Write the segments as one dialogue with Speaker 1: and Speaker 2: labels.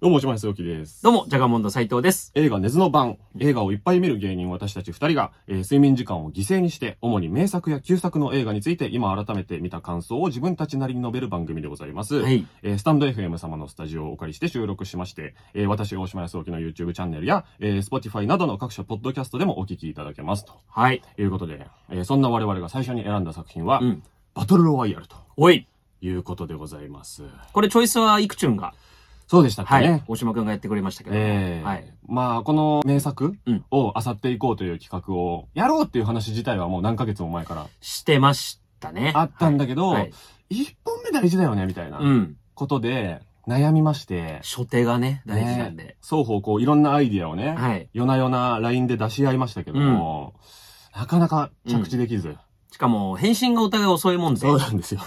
Speaker 1: どうも、おしまいすよきです。
Speaker 2: どうも、ジャガモンド斉藤です。
Speaker 1: 映画、ネズの番。映画をいっぱい見る芸人、私たち二人が、えー睡眠時間を犠牲にして、主に名作や旧作の映画について、今改めて見た感想を自分たちなりに述べる番組でございます。
Speaker 2: はい。
Speaker 1: えースタンド FM 様のスタジオをお借りして収録しまして、えー私が大島康沖の YouTube チャンネルや、えー Spotify などの各種ポッドキャストでもお聞きいただけます。と
Speaker 2: はい。
Speaker 1: いうことで、えーそんな我々が最初に選んだ作品は、
Speaker 2: うん。
Speaker 1: バトルロワイヤルと
Speaker 2: おい。
Speaker 1: いうことでございます。
Speaker 2: これチョイスはいくちゅんが、
Speaker 1: そうでしたっけ
Speaker 2: は
Speaker 1: ね。
Speaker 2: い。大島くんがやってくれましたけど。
Speaker 1: ええ
Speaker 2: はい
Speaker 1: まあ、この名作
Speaker 2: うん
Speaker 1: を漁っていこうという企画をやろうっていう話自体はもう何ヶ月も前から
Speaker 2: してましたね。
Speaker 1: あったんだけど、
Speaker 2: はい。
Speaker 1: 一本目大事だよね、みたいな
Speaker 2: うん。
Speaker 1: ことで悩みまして、
Speaker 2: 初手がね、大事なんで。
Speaker 1: 双方こういろんなアイディアをね、
Speaker 2: はい。
Speaker 1: 夜な夜な LINE で出し合いましたけども、なかなか着地できず。
Speaker 2: しかも、返信がお互い遅いもんで。
Speaker 1: そうなんですよ。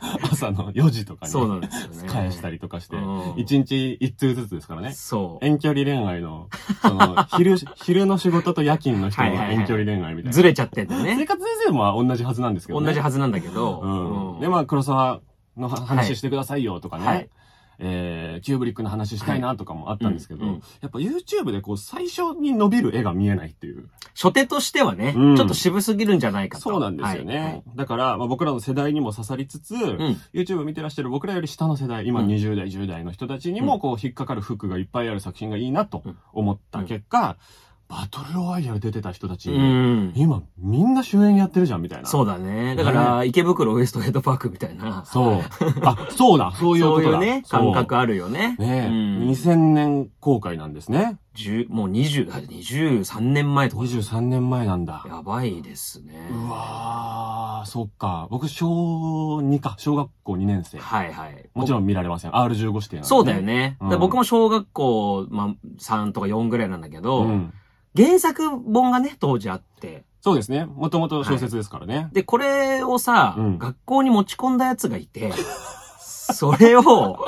Speaker 1: 朝の4時とか
Speaker 2: そう
Speaker 1: に
Speaker 2: なんですよね。
Speaker 1: 返したりとかして、
Speaker 2: うん
Speaker 1: 一日一通ずつですからね。
Speaker 2: そう。
Speaker 1: 遠距離恋愛の、そ の、昼、昼の仕事と夜勤の人の遠距離恋愛みたいな。
Speaker 2: ずれちゃってんだよ
Speaker 1: 生
Speaker 2: ね。
Speaker 1: 活先生も同じはずなんですけど
Speaker 2: 同
Speaker 1: ね。
Speaker 2: じはずなんだけど。
Speaker 1: うん。で、
Speaker 2: でも、
Speaker 1: まあ、黒沢のは話してくださいよとかね。
Speaker 2: はい。
Speaker 1: えー、キューブリックの話したいなとかもあったんですけど、
Speaker 2: うんうん
Speaker 1: やっぱ YouTube でこう、最初に伸びる絵が見えないっていう。
Speaker 2: 初手としてはね、
Speaker 1: うん
Speaker 2: ちょっと渋すぎるんじゃないかと。
Speaker 1: そうなんですよね。
Speaker 2: はいはい
Speaker 1: だから、まあ、僕らの世代にも刺さりつつ、
Speaker 2: うん。
Speaker 1: YouTube 見てらっしゃる僕らより下の世代、今
Speaker 2: うん
Speaker 1: 20代、10代の人たちに
Speaker 2: う
Speaker 1: もこう引っかかるフックがいっぱいある作品がいいなと
Speaker 2: うん
Speaker 1: 思った結果、バトルロワイヤル出てた人たち、
Speaker 2: うん。
Speaker 1: 今みんな主演やってるじゃんみたいな。
Speaker 2: そうだね。だから、池袋ウエストヘッドパークみたいな。
Speaker 1: そう。あ、そうだ、そういう
Speaker 2: そ
Speaker 1: こ
Speaker 2: うい
Speaker 1: と
Speaker 2: う
Speaker 1: だ。
Speaker 2: ね、
Speaker 1: そう
Speaker 2: 感覚あるよね。
Speaker 1: ねえ、
Speaker 2: うん
Speaker 1: 2000年公開なんですね。
Speaker 2: 10もう20、あ23年前とか。
Speaker 1: 23年前なんだ。
Speaker 2: やばいですね。
Speaker 1: うわー、そっか。僕、小2か。小学校2年生。
Speaker 2: はいはい。
Speaker 1: もちろん見られません。R15 指定なんで、
Speaker 2: そうだよ。ね。
Speaker 1: うん
Speaker 2: だから僕も小学校、まあ、3とか4ぐらいなんだけど、
Speaker 1: うん。
Speaker 2: 原作本がね、当時あって。
Speaker 1: そうですね。もともと小説ですからね。
Speaker 2: で、これをさ、
Speaker 1: うん
Speaker 2: 学校に持ち込んだやつがいて、 それを、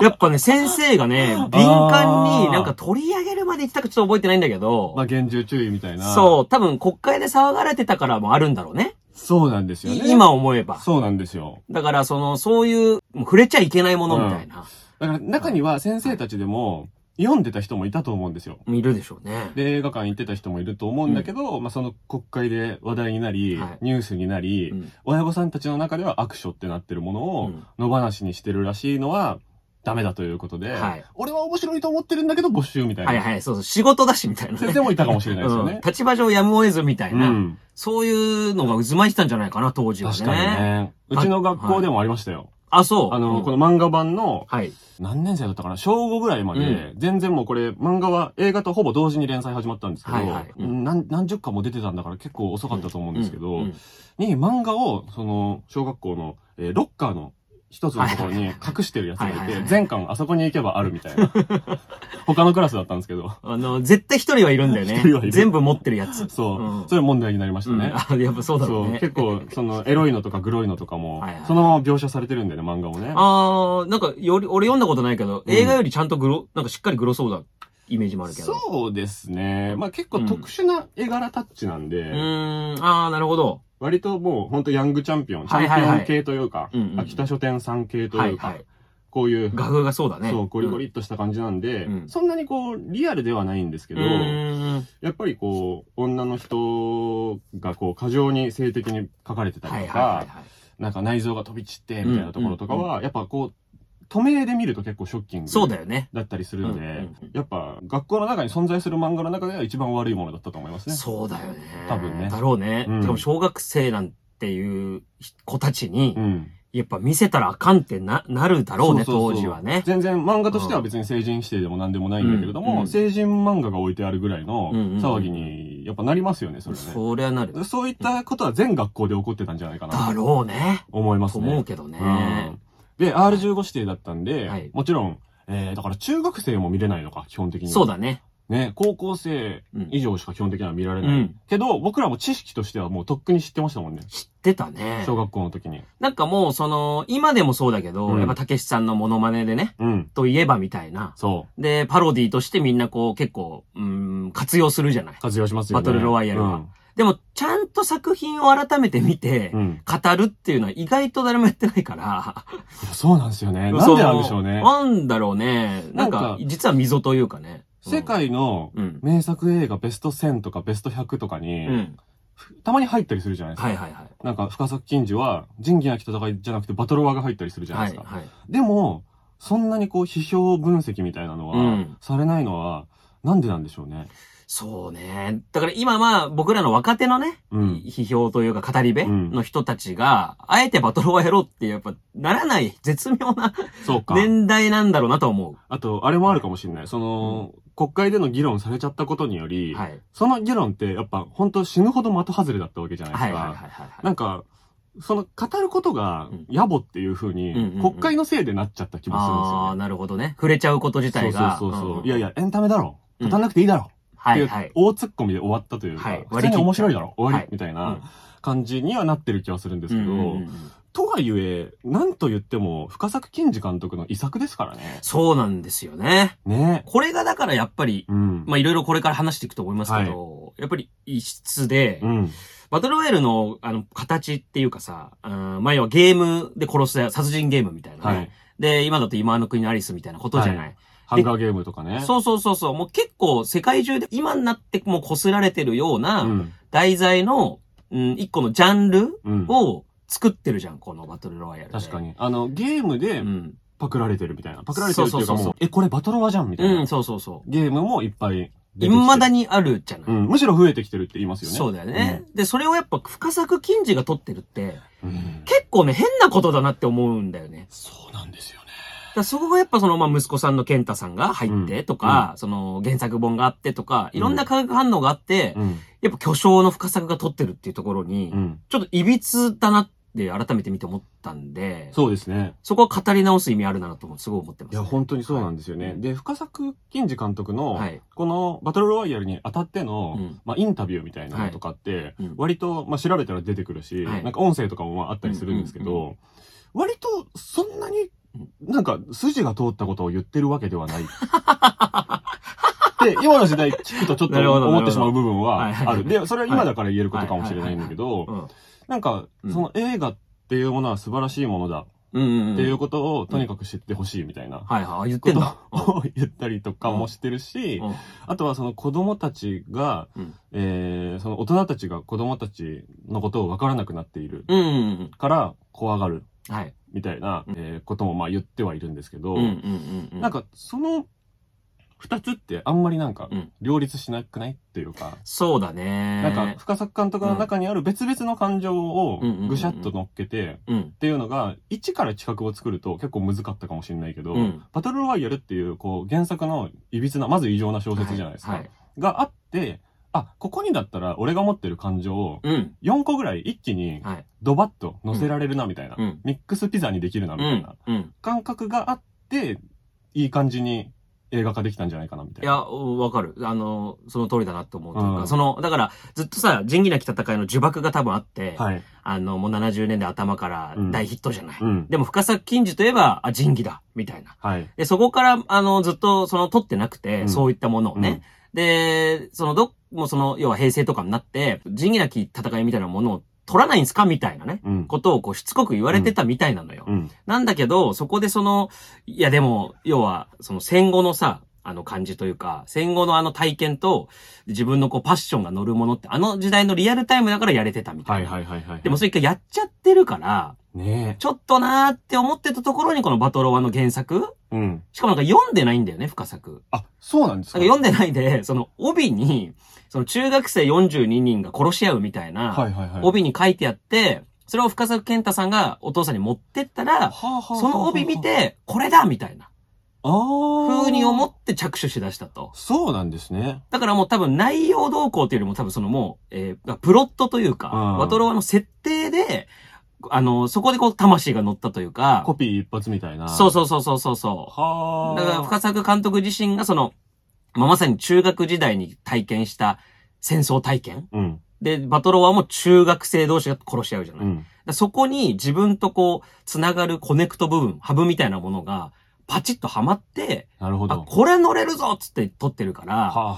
Speaker 2: やっぱね、先生がね、敏感になんか取り上げるまで行ったかちょっと覚えてないんだけど、
Speaker 1: まあ、厳重注意みたいな。
Speaker 2: そう、多分国会で騒がれてたからもあるんだろうね。
Speaker 1: そうなんですよね。
Speaker 2: い今思えば。
Speaker 1: そうなんですよ。
Speaker 2: だから、その、そういう、もう触れちゃいけないものみたいな、
Speaker 1: だから中には先生たちでも読んでた人もいたと思うんですよ。
Speaker 2: いるでしょうね。
Speaker 1: で、映画館行ってた人もいると思うんだけど、まあその国会で話題になり、
Speaker 2: はい
Speaker 1: ニュースになり、
Speaker 2: うん
Speaker 1: 親御さんたちの中では悪書ってなってるもの
Speaker 2: う
Speaker 1: を
Speaker 2: ん
Speaker 1: 野放しにしてるらしいのはダメだということで、
Speaker 2: はい
Speaker 1: 俺は面白いと思ってるんだけど募集みたいな。
Speaker 2: はいはい、そうそう、仕事だしみたいな、
Speaker 1: 先
Speaker 2: ね
Speaker 1: 生。もいたかもしれないですよ
Speaker 2: うん
Speaker 1: ね。
Speaker 2: 立場上やむを得ずみたいうな、
Speaker 1: ん。
Speaker 2: そういうのが渦巻いてたんじゃないかな、当時はね。
Speaker 1: 確かにね。うちの学校でもありましたよ。
Speaker 2: あ、そう。
Speaker 1: あの、
Speaker 2: うん
Speaker 1: この漫画版の
Speaker 2: はい。
Speaker 1: 何年生だったかな小5ぐらいまで、
Speaker 2: う
Speaker 1: 全然もうこれ漫画は映画とほぼ同時に連載始まったんですけど、
Speaker 2: はいはいうん
Speaker 1: うん何何十巻も出てたんだから結構遅かったと思うんですけど、
Speaker 2: うんうん
Speaker 1: に漫画をその小学校の、えーロッカーの一つのところに隠してるやつがい
Speaker 2: はいはい
Speaker 1: て
Speaker 2: は、い
Speaker 1: 全巻あそこに行けばあるみたいな。 他のクラスだったんですけ ど、
Speaker 2: あの、絶対一人はいるんだよ
Speaker 1: 一人はい
Speaker 2: ね。
Speaker 1: る
Speaker 2: 全部持ってるやつ。
Speaker 1: そう、
Speaker 2: うん
Speaker 1: それ問題になりました
Speaker 2: うん、
Speaker 1: ね。
Speaker 2: あやっぱそうだろ
Speaker 1: そうう
Speaker 2: ね。
Speaker 1: 結構、その、エロいのとかグロいのとかも
Speaker 2: はいはい、
Speaker 1: そのまま描写されてるんだよね、漫画もね。
Speaker 2: あー、なんか、より、俺読んだことないけど、
Speaker 1: うん
Speaker 2: 映画よりちゃんとグロ、なんかしっかりグロそうだ、イメージもあるけど。
Speaker 1: そうですね。まあ結構
Speaker 2: うん
Speaker 1: 特殊な絵柄タッチなんで、
Speaker 2: うーん、あー、なるほど。
Speaker 1: 割ともう本当ヤングチャンピオン、チ
Speaker 2: はい
Speaker 1: ャ
Speaker 2: はいは
Speaker 1: ンピオ
Speaker 2: い
Speaker 1: ン系というか
Speaker 2: うんうんう、ん
Speaker 1: 秋田書店さん系と
Speaker 2: はいいう
Speaker 1: か
Speaker 2: はい、。
Speaker 1: こういう、
Speaker 2: 画風がそうだね。
Speaker 1: そう、ゴリゴリっとした感じなんで
Speaker 2: う、ん
Speaker 1: そんなにこう、リアルではないんですけ
Speaker 2: け
Speaker 1: ど、やっぱりこう、女の人がこう、過剰に性的に書かれてた
Speaker 2: は
Speaker 1: り
Speaker 2: いはい
Speaker 1: と
Speaker 2: は
Speaker 1: か
Speaker 2: い、はい。
Speaker 1: なんか内臓が飛び散って、みたいなところとか
Speaker 2: うん
Speaker 1: は、やっぱこう、透明で見ると結構ショッキング。
Speaker 2: そうだよね。
Speaker 1: だったりするんで、
Speaker 2: うんうんうん
Speaker 1: やっぱ学校の中に存在する漫画の中では一番悪いものだったと思いますね。
Speaker 2: そうだよね。
Speaker 1: 多分ね
Speaker 2: だろうね。
Speaker 1: うん
Speaker 2: しかも小学生なんていう子たちに
Speaker 1: う、ん。
Speaker 2: やっぱ見せたらあかんってな、なるだろうね、
Speaker 1: そうそうそう
Speaker 2: 当時はね。
Speaker 1: 全然漫画としては別に成人指定でも何でもないんだけれども、
Speaker 2: うん
Speaker 1: 成人漫画が置いてあるぐらいの
Speaker 2: うんうんうん
Speaker 1: 騒ぎにやっぱなりますよね、それね。
Speaker 2: そりゃなる。
Speaker 1: そういったことは全学校で起こってたんじゃないかな
Speaker 2: だ
Speaker 1: と
Speaker 2: ろうね。
Speaker 1: 思います
Speaker 2: と
Speaker 1: ね。
Speaker 2: 思うけど
Speaker 1: うん
Speaker 2: ね。
Speaker 1: で、R15 指定だったんで、
Speaker 2: はい
Speaker 1: もちろん、えー、だから中学生も見れないのか、基本的に。
Speaker 2: そうだね。
Speaker 1: ね、高校生
Speaker 2: うん
Speaker 1: 以上しか基本的には見られない。
Speaker 2: うん
Speaker 1: けど、僕らも知識としてはもうとっくに知ってましたもんね。
Speaker 2: 知ってたね。
Speaker 1: 小学校の時に。
Speaker 2: なんかもう、その、今でもそうだけど、
Speaker 1: うん
Speaker 2: やっぱたけしさんのモノマネでね、
Speaker 1: うん。
Speaker 2: といえばみたいな。
Speaker 1: そ。。
Speaker 2: で、パロディとしてみんなこう結構、うーん、活用するじゃないう
Speaker 1: 活用しますよね。
Speaker 2: バトルロワイヤルは
Speaker 1: うん
Speaker 2: でも、ちゃんと作品を改めて見て
Speaker 1: う、ん。
Speaker 2: 語るっていうのは意外と誰もやってないから。
Speaker 1: いや、そうなんですよね。なんでなんでしょう
Speaker 2: そ
Speaker 1: ね
Speaker 2: の。なんだろうね。なん
Speaker 1: な
Speaker 2: か
Speaker 1: んか、
Speaker 2: 実は溝というかね。うん
Speaker 1: 世。界の
Speaker 2: うん。
Speaker 1: 名作映画ベスト10とかベスト100とか
Speaker 2: う
Speaker 1: に、
Speaker 2: ん。
Speaker 1: たまに入ったりするじゃないですか。
Speaker 2: はいはいはい。
Speaker 1: なんか、深作金次は、仁義なき戦いじゃなくてバトルワーが入ったりするじゃない
Speaker 2: は
Speaker 1: で
Speaker 2: い
Speaker 1: すか。
Speaker 2: はい。
Speaker 1: でも、そんなにこう、批評分析みたいなのは、
Speaker 2: うん
Speaker 1: されないのは、なんでなんでしょうね。
Speaker 2: そうね。だから今まあ、僕らの若手のね、
Speaker 1: うん。
Speaker 2: 批評というか語り部
Speaker 1: うん
Speaker 2: の人たちが、あえてバトルはやろうってやっぱならない絶妙な
Speaker 1: そうか。
Speaker 2: 年代なんだろうなと思
Speaker 1: あと、あれもあるかもしれない。その、国会での議論されちゃったことによ
Speaker 2: う。
Speaker 1: り、
Speaker 2: はい。
Speaker 1: その議論って、やっぱ、本当死ぬほど的外れだったわけじゃないです
Speaker 2: は
Speaker 1: か。
Speaker 2: いはいはいはい。
Speaker 1: なんか、その語ることが
Speaker 2: うん
Speaker 1: 野暮っていう風に、
Speaker 2: うんうんうん
Speaker 1: 国会のせいでなっちゃった気もするんです
Speaker 2: あ
Speaker 1: よ
Speaker 2: あー、
Speaker 1: ね。
Speaker 2: なるほどね。触れちゃうこと自体が。
Speaker 1: そうそうそうそう。
Speaker 2: ん
Speaker 1: いやいや、エンタメだろ。
Speaker 2: うん
Speaker 1: 語らなくていいだろ。っ
Speaker 2: は
Speaker 1: てい
Speaker 2: いうはい。
Speaker 1: 大突っ込みで終わったというか、
Speaker 2: はい
Speaker 1: 普通に面白いだろ。終わり、
Speaker 2: はい
Speaker 1: みたい
Speaker 2: うん
Speaker 1: な感じにはなってる気はするんですけど、
Speaker 2: うんうんうん
Speaker 1: とはいえ、なんと言っても、深作金次監督の遺作ですからね。
Speaker 2: そうなんですよね。
Speaker 1: ね。
Speaker 2: これがだからやっぱり、
Speaker 1: うん。
Speaker 2: まあいろいろこれから話していくと思いますけど、やっぱり異質で、
Speaker 1: うん。
Speaker 2: バトルワイヤルの、あの、形っていうかさ、うん、まあ要はゲームで殺すや、殺人ゲームみたいなね、
Speaker 1: はい。
Speaker 2: で、今だと今の国のアリスみたいなことじゃない。
Speaker 1: ハンガーゲームとかね。
Speaker 2: そうそうそうそう。もう結構世界中で今になってもう擦られてるよう
Speaker 1: う。
Speaker 2: なん題材の、うん、一個のジャンル
Speaker 1: うん。
Speaker 2: を作ってるじゃん、このバトルロワイヤルで。
Speaker 1: 確か。に。あの、ゲームで
Speaker 2: うん。
Speaker 1: パクられてるみたいな。パクられてるっていうか
Speaker 2: そうそうそうそ
Speaker 1: も
Speaker 2: う
Speaker 1: う、え、これバトロワじゃんみたいな。
Speaker 2: うん、そうそうそう。
Speaker 1: ゲームもいっぱい出てきてる。
Speaker 2: 未だにあるじゃない。
Speaker 1: うん、むしろ増えてきてるって言いますよね。
Speaker 2: そうだよね、で、それをやっぱ深作金次が撮ってるって、
Speaker 1: うん。
Speaker 2: 結構ね、変なことだなって思うんだよね。
Speaker 1: そうなんですよね。
Speaker 2: だからそこがやっぱその、まあ、息子さんの健太さんが入ってとか、その、原作本があってとか、いろんな化学反応があって、
Speaker 1: うん。
Speaker 2: やっぱ巨匠の深作が撮ってるっていうところに、
Speaker 1: うん。
Speaker 2: ちょっと歪だなって改めて見て思ったんで、そ
Speaker 1: そうですね。
Speaker 2: こは語り直す意味あるなともすごい思ってます、
Speaker 1: いや、本当にそうなんですよ
Speaker 2: は
Speaker 1: ね。
Speaker 2: い
Speaker 1: で、深作金次監督の、
Speaker 2: はい。
Speaker 1: このバトルロワイヤルに当たっての、
Speaker 2: うん
Speaker 1: まあ、インタビューみたいなのとかって、
Speaker 2: うん
Speaker 1: 割と、まあ、調べたら出てくるし、
Speaker 2: はい
Speaker 1: なんか音声とかもまああったりするんですけど、
Speaker 2: うんうん
Speaker 1: 割とそんなに
Speaker 2: うん
Speaker 1: なんか筋が通ったことを言ってるわけでは ない。で、今の時代聞くとちょっと
Speaker 2: なるほど
Speaker 1: 思ってしまう部分は
Speaker 2: なるほど
Speaker 1: ある。
Speaker 2: はい
Speaker 1: で、それは今だから言えることかもしれないんだけど、
Speaker 2: うん。
Speaker 1: なんか、
Speaker 2: うん
Speaker 1: その映画っていうものは素晴らしいものだ
Speaker 2: うんうん、うん。
Speaker 1: っていうことをとにかく知ってほしいみたいな
Speaker 2: はいはい。あ言っ
Speaker 1: こ
Speaker 2: てん
Speaker 1: と
Speaker 2: だ。
Speaker 1: を 言ったりとかもしてるし、
Speaker 2: うん
Speaker 1: あとはその子供たちが、
Speaker 2: うん
Speaker 1: えーその大人たちが子供たちのことを分からなくなっている
Speaker 2: うんうんうん。
Speaker 1: から怖がる
Speaker 2: はい。
Speaker 1: みたいな、
Speaker 2: うん
Speaker 1: えーこともまあ言ってはいるんですけど、
Speaker 2: うんうんうん。
Speaker 1: なん、かその二つってあんまりなんか
Speaker 2: うん
Speaker 1: 両立しなくないっていうか、
Speaker 2: そうだね。
Speaker 1: なんか、深作監督の中にある別々の感情を
Speaker 2: うんうんうんうん
Speaker 1: ぐしゃっと乗っけてっ
Speaker 2: うん。
Speaker 1: ていうのが一から企画を作ると結構難かったかもしれないけど、
Speaker 2: うん
Speaker 1: バトルロワイヤルっていうこう原作のいびつなまず異常な小説じゃないですか。
Speaker 2: はいはい
Speaker 1: があって、あ、ここにだったら俺が持ってる感情を
Speaker 2: うん。
Speaker 1: 4個ぐらい一気に
Speaker 2: はい。
Speaker 1: ドバッと乗せられるなみたいな、
Speaker 2: うん。
Speaker 1: ミックスピザにできるなみたいな
Speaker 2: うん。
Speaker 1: 感覚があって、いい感じに映画化できたんじゃないかなみたい
Speaker 2: い
Speaker 1: な。
Speaker 2: や、わかる。あの、その通りだなと思うというか、
Speaker 1: うん
Speaker 2: その、だから、ずっとさ、仁義なき戦いの呪縛が多分あって、
Speaker 1: はい。
Speaker 2: あの、もう70年代頭から大ヒットじゃない。
Speaker 1: うん。
Speaker 2: でも、深作金次といえば、あ、仁義だ、みたいな。
Speaker 1: はい。
Speaker 2: で、そこから、あの、ずっと、その、取ってなくて、
Speaker 1: うん
Speaker 2: そういったものをね。で、その、ど、もうその、要は平成とかになって、仁義なき戦いみたいなものを取らないんすかみたいなね。
Speaker 1: うん。
Speaker 2: ことを、こう、しつこく言われてたみたいなのよ。
Speaker 1: うん。
Speaker 2: なんだけど、そこでその、いやでも、要は、その戦後のさ、あの感じというか、戦後のあの体験と、自分のこうパッションが乗るものって、あの時代のリアルタイムだからやれてたみた
Speaker 1: はいい
Speaker 2: な。
Speaker 1: はいはいはい。
Speaker 2: でもそれ一回やっちゃってるから、
Speaker 1: ね
Speaker 2: ちょっとなーって思ってたところにこのバトロワの原作
Speaker 1: え。うん。
Speaker 2: しかもなんか読んでないんだよね、深作。
Speaker 1: あ、そうなんですか
Speaker 2: なんか読んでないで、その帯に、その中学生42人が殺し合うみたいな、
Speaker 1: はいはいはい。
Speaker 2: 帯に書いてあって、それを深作健太さんがお父さんに持ってったら、
Speaker 1: はあはあはあはあ
Speaker 2: その帯見、て、これだみたいな
Speaker 1: あー
Speaker 2: 風に思って着手しだしたと。
Speaker 1: そうなんですね。
Speaker 2: だからもう多分内容動向というよりも多分そのもう、えープロットというか、
Speaker 1: うん
Speaker 2: バトロワの設定で、あの、そこでこう魂が乗ったというか
Speaker 1: コ、ピー一発みたいな。
Speaker 2: そう
Speaker 1: う。
Speaker 2: そうそうそうそうそ
Speaker 1: は
Speaker 2: う。
Speaker 1: あ。
Speaker 2: だから深作監督自身がその、まあまさに中学時代に体験した戦争体験
Speaker 1: うん。
Speaker 2: で、バトロワも中学生同士が殺し合うじゃない。
Speaker 1: うん。
Speaker 2: だからそこに自分とこう、つながるコネクト部分、ハブみたいなものが、パチッとハマって、
Speaker 1: なるほど。
Speaker 2: あ、
Speaker 1: は
Speaker 2: これ乗れるぞっつって撮ってるから、
Speaker 1: あ、はあはあは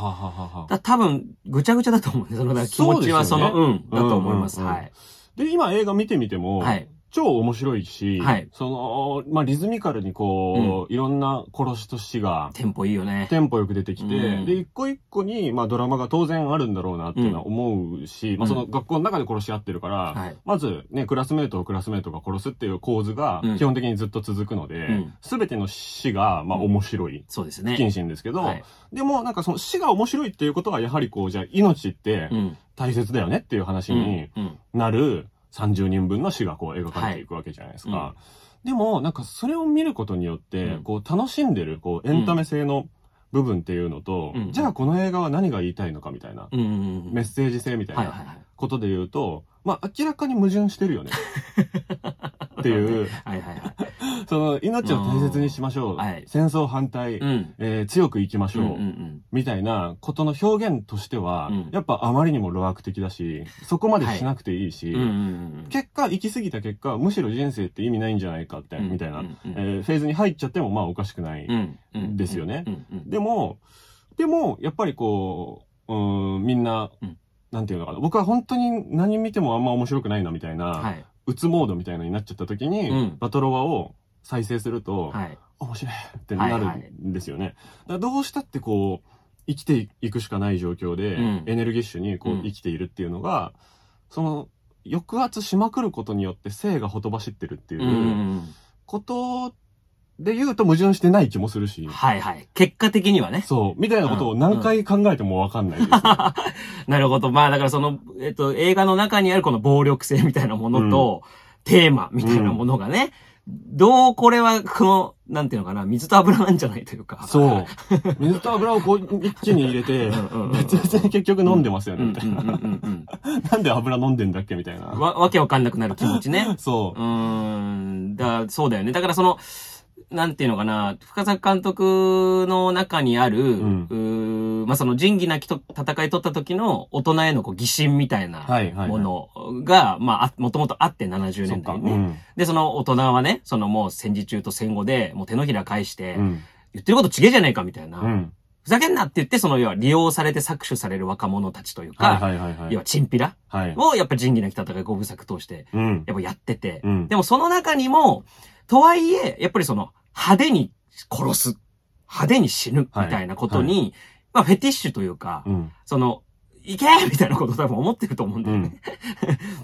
Speaker 1: あはあ、
Speaker 2: だ多分、ぐちゃぐちゃだと思うね。その、だから気持ちは
Speaker 1: そ
Speaker 2: そう
Speaker 1: です
Speaker 2: の、
Speaker 1: よ
Speaker 2: うん、だと思います。
Speaker 1: うんうんうん
Speaker 2: はい。
Speaker 1: で、今映画見てみても、
Speaker 2: はい。
Speaker 1: 超面白いし、
Speaker 2: はい
Speaker 1: その、まあ、リズミカルにこう、いろんな殺しと死が、
Speaker 2: テンポいいよね。
Speaker 1: テンポよく出てきて、
Speaker 2: うん
Speaker 1: で、一個一個に、まあ、ドラマが当然あるんだろうなっていうのは思うし、
Speaker 2: ん
Speaker 1: まあ、その学校の中で殺し合ってるから、
Speaker 2: はい。
Speaker 1: まずね、クラスメートをクラスメートが殺すっていう構図が
Speaker 2: うん
Speaker 1: 基本的にずっと続くので
Speaker 2: うん、
Speaker 1: すべ、ての死が、まあ、面白い。
Speaker 2: そうです
Speaker 1: 不
Speaker 2: ね。
Speaker 1: 謹慎ですけど、
Speaker 2: はい
Speaker 1: でもなんかその死が面白いっていうことがやはりこう、じゃあ命って
Speaker 2: うん。
Speaker 1: 大切だよねっていう話
Speaker 2: う
Speaker 1: に
Speaker 2: ん。うん。
Speaker 1: なる30人分の詩がこう描かれていくわけじゃないですか。
Speaker 2: は
Speaker 1: でも、なんかそれを見ることによって、
Speaker 2: うん
Speaker 1: こう楽しんでる、こうエンタメ性の部分っていうのと、
Speaker 2: うん
Speaker 1: じゃあこの映画は何が言いたいのかみたいな、
Speaker 2: うんうんうん。
Speaker 1: メッセージ性みたい
Speaker 2: はいは
Speaker 1: ない
Speaker 2: はい。
Speaker 1: ことで言うと、まあ明らかに矛盾してるよね。って いう、
Speaker 2: はいはいはい。
Speaker 1: その命を大切にしましょう。
Speaker 2: はい
Speaker 1: 戦争反対、
Speaker 2: うん。
Speaker 1: えー強く生きまし
Speaker 2: う
Speaker 1: ょう。
Speaker 2: んうんうん。
Speaker 1: みたいなことの表現としては、
Speaker 2: うん
Speaker 1: やっぱあまりにも路悪的だし、そこまでしなくていいし、
Speaker 2: うんうん
Speaker 1: 結果、行き過ぎた結果、むしろ人生って意味ないんじゃないかって、
Speaker 2: うん。
Speaker 1: みたいな、
Speaker 2: うん
Speaker 1: えーフェーズに入っちゃっても、まあおかしくない。
Speaker 2: うんうん。
Speaker 1: ですよね
Speaker 2: うんうん。
Speaker 1: でも、でも、やっぱりこう、うーん、みんな、
Speaker 2: うん
Speaker 1: なんていうのかな、僕は本当に何見てもあんま面白くないな、みたいな、
Speaker 2: はい。
Speaker 1: うつモードみたいのになっちゃった時に、
Speaker 2: うん
Speaker 1: バトロワを再生すると、
Speaker 2: はい。
Speaker 1: 面白いってな
Speaker 2: はい
Speaker 1: る
Speaker 2: はい
Speaker 1: んですよね。だからどうしたってこう、生きていくしかない状況で、
Speaker 2: うん
Speaker 1: エネルギッシュにこ
Speaker 2: う
Speaker 1: うん生きているっていうのが、その、抑圧しまくることによって性がほとばしってるってい
Speaker 2: うんうん
Speaker 1: う
Speaker 2: うん。
Speaker 1: ことで言うと矛盾してない気もするし、
Speaker 2: はいはい。結果的にはね。
Speaker 1: そう、みたいなことを何回考えてもわかんないですよ。
Speaker 2: なるほど。まあだからその、えっと、映画の中にあるこの暴力性みたいなものと、テーマみたいなものがね、どうこれは、この、なんていうのかな、水と油なんじゃないというか。
Speaker 1: そう。水と油をこう一気に入れて
Speaker 2: うんうんうん、
Speaker 1: 別々に結局飲んでます
Speaker 2: う
Speaker 1: よ
Speaker 2: ん
Speaker 1: ね、
Speaker 2: うん
Speaker 1: みたいな。
Speaker 2: うんうん
Speaker 1: なんで油飲んでんだっけみたい
Speaker 2: うん。
Speaker 1: な。
Speaker 2: わ、わけわかんなくなる気持ちね。
Speaker 1: そう
Speaker 2: う。ーん、だ、そうだよね。だからその、なんていうのかな、深作監督の中にある、
Speaker 1: ん
Speaker 2: うーまあ、その仁義なきと戦い取った時の大人へのこう疑心みたいな
Speaker 1: はいはいはい。
Speaker 2: ものが、まああ、もともとあって70
Speaker 1: そっ
Speaker 2: 年
Speaker 1: か。
Speaker 2: 代
Speaker 1: う
Speaker 2: にね。
Speaker 1: ん。
Speaker 2: で、その大人はね、そのもう戦時中と戦後で、もう手のひら返して、
Speaker 1: うん。
Speaker 2: 言ってること違えじゃねえかみたいな、
Speaker 1: うん。
Speaker 2: ふざけんなって言って、その要は利用されて搾取される若者たちというか、
Speaker 1: はいはいはいはい
Speaker 2: 要。はチンピラ
Speaker 1: はい。
Speaker 2: をやっぱ仁義なき戦い5部作通して、
Speaker 1: うん。
Speaker 2: やっぱやってて、
Speaker 1: うん。
Speaker 2: でもその中にも、とはいえ、やっぱりその、派手に殺す、派手に死ぬ、み
Speaker 1: はい
Speaker 2: たいなことに、まあフェティッシュというか、
Speaker 1: うん。
Speaker 2: その、いけみたいなこと多分思ってると思うんだよね。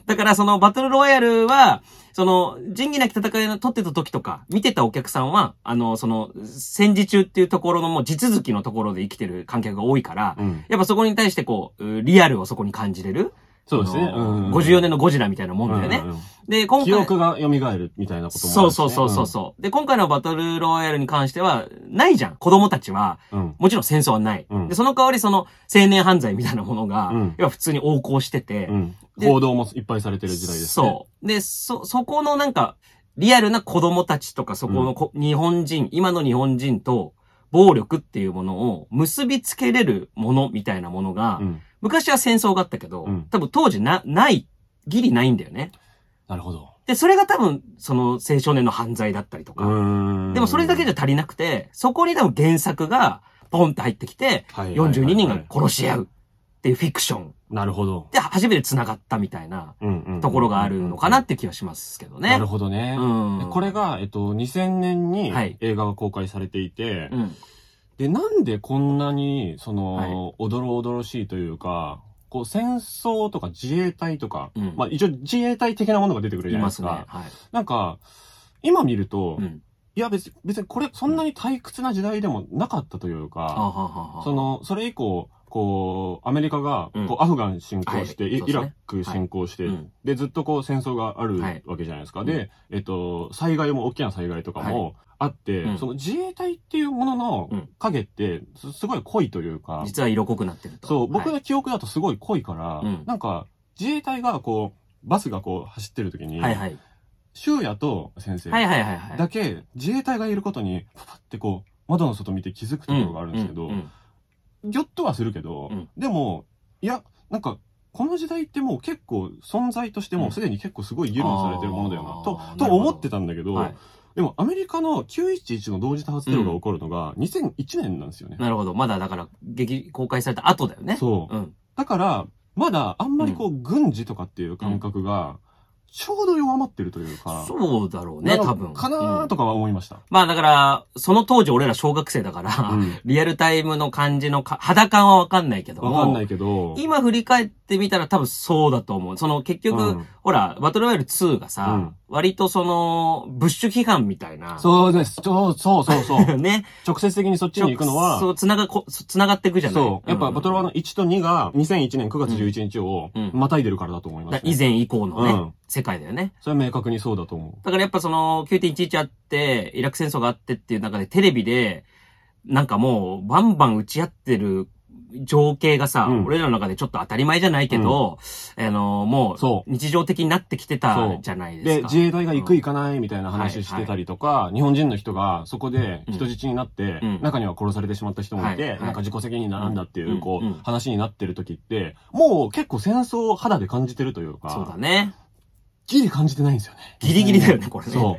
Speaker 2: だからそのバトルロワイヤルは、その、仁義なき戦いの撮ってた時とか、見てたお客さんは、あの、その、戦時中っていうところのもう地続きのところで生きてる観客が多いから、
Speaker 1: うん。
Speaker 2: やっぱそこに対してこうう、リアルをそこに感じれる。
Speaker 1: そうですね。
Speaker 2: あ
Speaker 1: う
Speaker 2: の
Speaker 1: んうん。
Speaker 2: 54年のゴジラみたいなも
Speaker 1: うんんう
Speaker 2: だよね。
Speaker 1: んうん
Speaker 2: で、今回。
Speaker 1: 記憶が蘇るみたいなこともあ
Speaker 2: そ
Speaker 1: る
Speaker 2: う
Speaker 1: しね。
Speaker 2: そうそうそうそう、で、今回のバトルロワイヤルに関しては、ないじゃん。子供たちは、
Speaker 1: うん。うん。
Speaker 2: もちろん戦争はない。
Speaker 1: うん
Speaker 2: で、その代わりその、青年犯罪みたいなものが、
Speaker 1: うん
Speaker 2: 要は普通に横行してて、
Speaker 1: うん。
Speaker 2: で
Speaker 1: 報道もいっぱいされてる時代ですね。
Speaker 2: そう。で、そ、そこのなんか、リアルな子供たちとか、そこのこ、日本人、今の日本人と、暴力っていうものを結びつけれるものみたいなものが、
Speaker 1: うん。
Speaker 2: 昔は戦争があったけど、
Speaker 1: うん
Speaker 2: 多分当時な、ない、ギリないんだよね。
Speaker 1: なるほど。
Speaker 2: で、それが多分、その青少年の犯罪だったりとか、
Speaker 1: ーん
Speaker 2: でもそれだけじゃ足りなくて、そこに多分原作がポンって入ってきて、
Speaker 1: はいはいはいはい
Speaker 2: 42人が殺し合うっていうフィクション
Speaker 1: なるほど。
Speaker 2: で初めて繋がったみたいな
Speaker 1: うんうん。
Speaker 2: ところがあるのかなって気がしますけどね。
Speaker 1: なるほどね。
Speaker 2: う
Speaker 1: で
Speaker 2: ん。
Speaker 1: これ、が、えっと、2000年に
Speaker 2: はい
Speaker 1: 映画が公開されていて、
Speaker 2: うん。
Speaker 1: で、なんでこんなに、そ
Speaker 2: はい
Speaker 1: の、おどろおどろしいというか、こう、戦争とか自衛隊とか、
Speaker 2: うん
Speaker 1: まあ一応自衛隊的なものが出てくる
Speaker 2: い
Speaker 1: じゃない
Speaker 2: ま
Speaker 1: です
Speaker 2: すね。
Speaker 1: か。
Speaker 2: はい。
Speaker 1: なんか、今見ると、
Speaker 2: うん。
Speaker 1: いや別に、別にこれ、そんなに退屈な時代でもなかったという
Speaker 2: あは
Speaker 1: か、
Speaker 2: ははは
Speaker 1: そ、の、それ以降、こう、アメリカが、
Speaker 2: うん
Speaker 1: こう、アフガン侵攻して、
Speaker 2: はい
Speaker 1: イ
Speaker 2: そ
Speaker 1: イ
Speaker 2: うですね
Speaker 1: ラク侵攻して、
Speaker 2: うん。
Speaker 1: で、ずっとこう戦争がある
Speaker 2: はい
Speaker 1: わけじゃないですか。
Speaker 2: うん
Speaker 1: で、えっと、災害も大きな災害とかもあって、
Speaker 2: うん
Speaker 1: その自衛隊っていうものの
Speaker 2: うん
Speaker 1: 影って、すすごい濃いというか、
Speaker 2: 実は色濃くなってると。
Speaker 1: そう、僕
Speaker 2: は
Speaker 1: の記憶だとすごい濃いから、
Speaker 2: うん
Speaker 1: なんか、自衛隊がこう、バスがこう走ってる時に、
Speaker 2: いはいはい。
Speaker 1: 修也と先生
Speaker 2: はいはいはいはい。
Speaker 1: だけ自衛隊がいることに、パパってこう、窓の外見て気づくところがあるんですけど、
Speaker 2: ううん
Speaker 1: ぎょっとはするけど、
Speaker 2: うん
Speaker 1: でも、いや、なんか、この時代ってもう結構存在としてもうすでに結構すごい議論されてるものだよな、
Speaker 2: うんあー
Speaker 1: と、
Speaker 2: な
Speaker 1: と
Speaker 2: るほど
Speaker 1: 思ってたんだけど、
Speaker 2: はい
Speaker 1: でもアメリカの911の同時多発テロが起こるのが2001年なんですよね。
Speaker 2: なるほど。まだだから、劇、公開された後だよね。
Speaker 1: そう。
Speaker 2: うん。
Speaker 1: だから、まだあんまりこう、軍事とかっていう感覚が、ちょうど弱まってるというか、
Speaker 2: そうだろう
Speaker 1: な
Speaker 2: ね、
Speaker 1: の
Speaker 2: 多分。
Speaker 1: かな
Speaker 2: う
Speaker 1: ー
Speaker 2: ん
Speaker 1: とかは思いました。
Speaker 2: まあだから、その当時俺ら小学生だから、
Speaker 1: うん
Speaker 2: リアルタイムの感じのか肌感はわかんないけども。
Speaker 1: わかんないけど、
Speaker 2: 今振り返ってみたら多分そうだと思う。その結局、
Speaker 1: うん
Speaker 2: ほら、バトルロイヤル2がさ、
Speaker 1: うん
Speaker 2: 割とその、ブッシュ批判みたいな。
Speaker 1: そうです。そうそうそうそう。
Speaker 2: ね。
Speaker 1: 直接的にそっちに行くのは、
Speaker 2: そう、つなが、こつながっていくじゃない
Speaker 1: そう。やっぱ、バトルワー
Speaker 2: の、
Speaker 1: の1と2が、2001年9月11日を
Speaker 2: うん、
Speaker 1: またいでるからだと思いま
Speaker 2: だ
Speaker 1: す、
Speaker 2: 以前以降のね、
Speaker 1: うん
Speaker 2: 世界だよね。
Speaker 1: それは明確にそうだと思
Speaker 2: だからやっぱその、9.11あって、イラク戦争があってっていう中でテレビで、なんかもう、バンバン打ち合ってる情景がさ、
Speaker 1: うん
Speaker 2: 俺らの中でちょっと当たり前じゃないけど、あの、も、
Speaker 1: う。そう
Speaker 2: 日常的になってきて
Speaker 1: そ
Speaker 2: た
Speaker 1: う
Speaker 2: じゃないで
Speaker 1: う。
Speaker 2: すか。
Speaker 1: で、自衛隊が行く行かないみたいな話してたりとか、日本人の人がそこで人質になって
Speaker 2: うん、
Speaker 1: 中には殺されてしまった人もい
Speaker 2: はいは
Speaker 1: て
Speaker 2: い、
Speaker 1: なんか自己責任なんだっていうう、
Speaker 2: ん
Speaker 1: こ
Speaker 2: うん
Speaker 1: う、話になってる時って、もう結構戦争を肌で感じてるという
Speaker 2: そうだ
Speaker 1: か、
Speaker 2: ね。
Speaker 1: ギリ感じてないんですよね。
Speaker 2: ギリギリだよね、 これね。
Speaker 1: そう。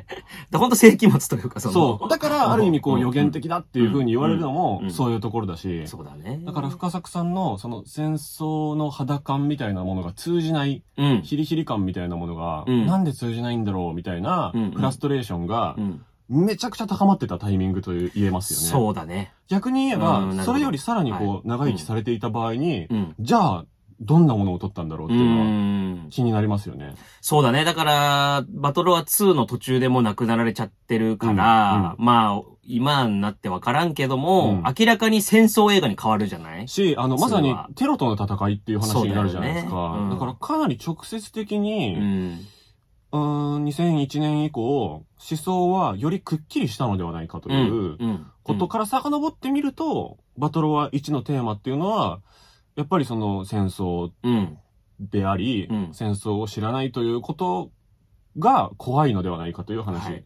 Speaker 2: う。ほんと世紀末というか、その。
Speaker 1: そう。だから、ある意味こ
Speaker 2: う
Speaker 1: うん予言的だっていう風に言われるの
Speaker 2: うんう
Speaker 1: も、
Speaker 2: ん
Speaker 1: そういうところだし、
Speaker 2: そうだね。
Speaker 1: だから深作さんのその戦争の肌感みたいなものが通じない、
Speaker 2: うん。
Speaker 1: ヒリヒリ感みたいなものが、
Speaker 2: うん
Speaker 1: なんで通じないんだろうみたいな
Speaker 2: うんうん、
Speaker 1: フラストレーションが
Speaker 2: う、ん。
Speaker 1: めちゃくちゃ高まってたタイミングという言えますよね。
Speaker 2: そうだね。
Speaker 1: 逆に言え
Speaker 2: うんなるほ
Speaker 1: ば、
Speaker 2: ど
Speaker 1: それよりさらにこう、長生きされていた場合に、
Speaker 2: うん。
Speaker 1: じゃあ、どんなものを取ったんだろうっ
Speaker 2: う
Speaker 1: ていうのは、
Speaker 2: ん。
Speaker 1: 気になりますよね。
Speaker 2: そうだね。だから、バトロワ2の途中でもう亡くなられちゃってるから、まあ、今になってわからんけども、
Speaker 1: うん
Speaker 2: 明らかに戦争映画に変わるじゃない
Speaker 1: し、あの、まさ
Speaker 2: それ
Speaker 1: に
Speaker 2: は
Speaker 1: テロとの戦いっていう話になるじゃないです
Speaker 2: そうだよ
Speaker 1: か
Speaker 2: ね。うん
Speaker 1: だからかなり直接的
Speaker 2: う
Speaker 1: に、
Speaker 2: ん。
Speaker 1: うーん、2001年以降、思想はよりくっきりしたのではないかということから遡ってみると、バトロワ1のテーマっていうのは、やっぱりその戦争
Speaker 2: うん。
Speaker 1: であり、
Speaker 2: うん
Speaker 1: 戦争を知らないということが怖いのではないかという話。
Speaker 2: はい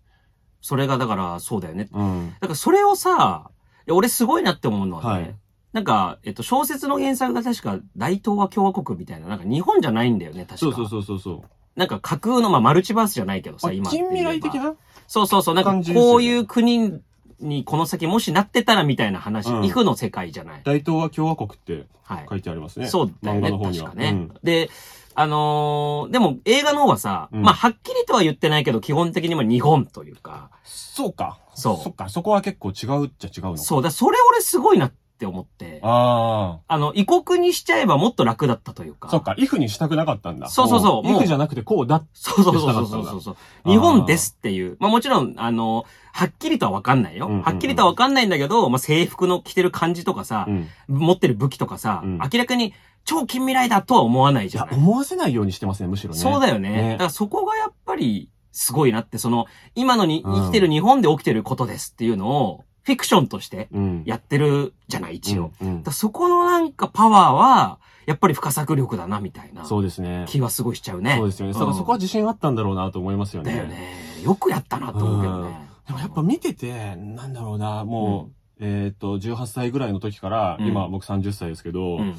Speaker 2: それがだから、そうだよね。
Speaker 1: うん。
Speaker 2: だからそれをさ、いや俺すごいなって思うのはね、
Speaker 1: はい
Speaker 2: なんか、えっと、小説の原作が確か大東亜共和国みたいな、なんか日本じゃないんだよね、確か。
Speaker 1: そうそうそうそうそう。
Speaker 2: なんか架空の、まあ、マルチバースじゃないけど
Speaker 1: あ
Speaker 2: さ、
Speaker 1: 近
Speaker 2: 今って言えば。
Speaker 1: 未来的な
Speaker 2: そうそうそう、なん
Speaker 1: 感
Speaker 2: か
Speaker 1: じですよね
Speaker 2: こういう国にこの先もしなってたらみたいな話、
Speaker 1: うん
Speaker 2: イフの世界じゃない。
Speaker 1: 大東亜共和国って
Speaker 2: はい。
Speaker 1: 書いてありますね。
Speaker 2: そうだよ
Speaker 1: 漫画
Speaker 2: ね、
Speaker 1: の方に
Speaker 2: 確
Speaker 1: は。
Speaker 2: かね。で、あのーでも映画の方はさ、
Speaker 1: うん
Speaker 2: まあ、はっきりとは言ってないけど、基本的には日本というか、
Speaker 1: そうか。
Speaker 2: そう
Speaker 1: そっか。そこは結構違うっちゃ違うのか。
Speaker 2: そうだ、それ俺すごいなって思って、あ
Speaker 1: ああ。
Speaker 2: の、異国にしちゃえばもっと楽だったというか。
Speaker 1: そっか、イフにしたくなかったんだ。
Speaker 2: そうそうそう
Speaker 1: もイ
Speaker 2: もう
Speaker 1: フじゃなくてこうだっ
Speaker 2: そうそうそうそうそうそう。
Speaker 1: あー
Speaker 2: 日本ですっていう。まあもちろん、あの、はっきりとはわかんないよ。
Speaker 1: うんうんうん
Speaker 2: はっきりとはわかんないんだけど、まあ制服の着てる感じとかさ、
Speaker 1: うん
Speaker 2: 持ってる武器とかさ、
Speaker 1: うん
Speaker 2: 明らかに超近未来だとは思わない
Speaker 1: い
Speaker 2: じゃ
Speaker 1: や
Speaker 2: な、い。
Speaker 1: 思わせないようにしてますね、むしろね。
Speaker 2: そうだよね
Speaker 1: ね
Speaker 2: だからそこがやっぱりすごいなって、その、今のに
Speaker 1: うん
Speaker 2: 生きてる日本で起きてることですっていうのを、フィクションとして
Speaker 1: うん。
Speaker 2: やってるじゃない、一応。
Speaker 1: う
Speaker 2: だ
Speaker 1: ん。うん
Speaker 2: からそこのなんかパワーは、やっぱり不可作力だな、みたいな
Speaker 1: そうですね。
Speaker 2: 気はすごいしちゃうね。
Speaker 1: そうですよね。だからそこは自信あったんだろうなと思いますよね。
Speaker 2: だよね。よくやったなと思うけどね。
Speaker 1: でもやっぱ見てて、なんだろうな、もう、えっと、18歳ぐらいの時から、
Speaker 2: うん
Speaker 1: 今僕30歳ですけど、
Speaker 2: うん、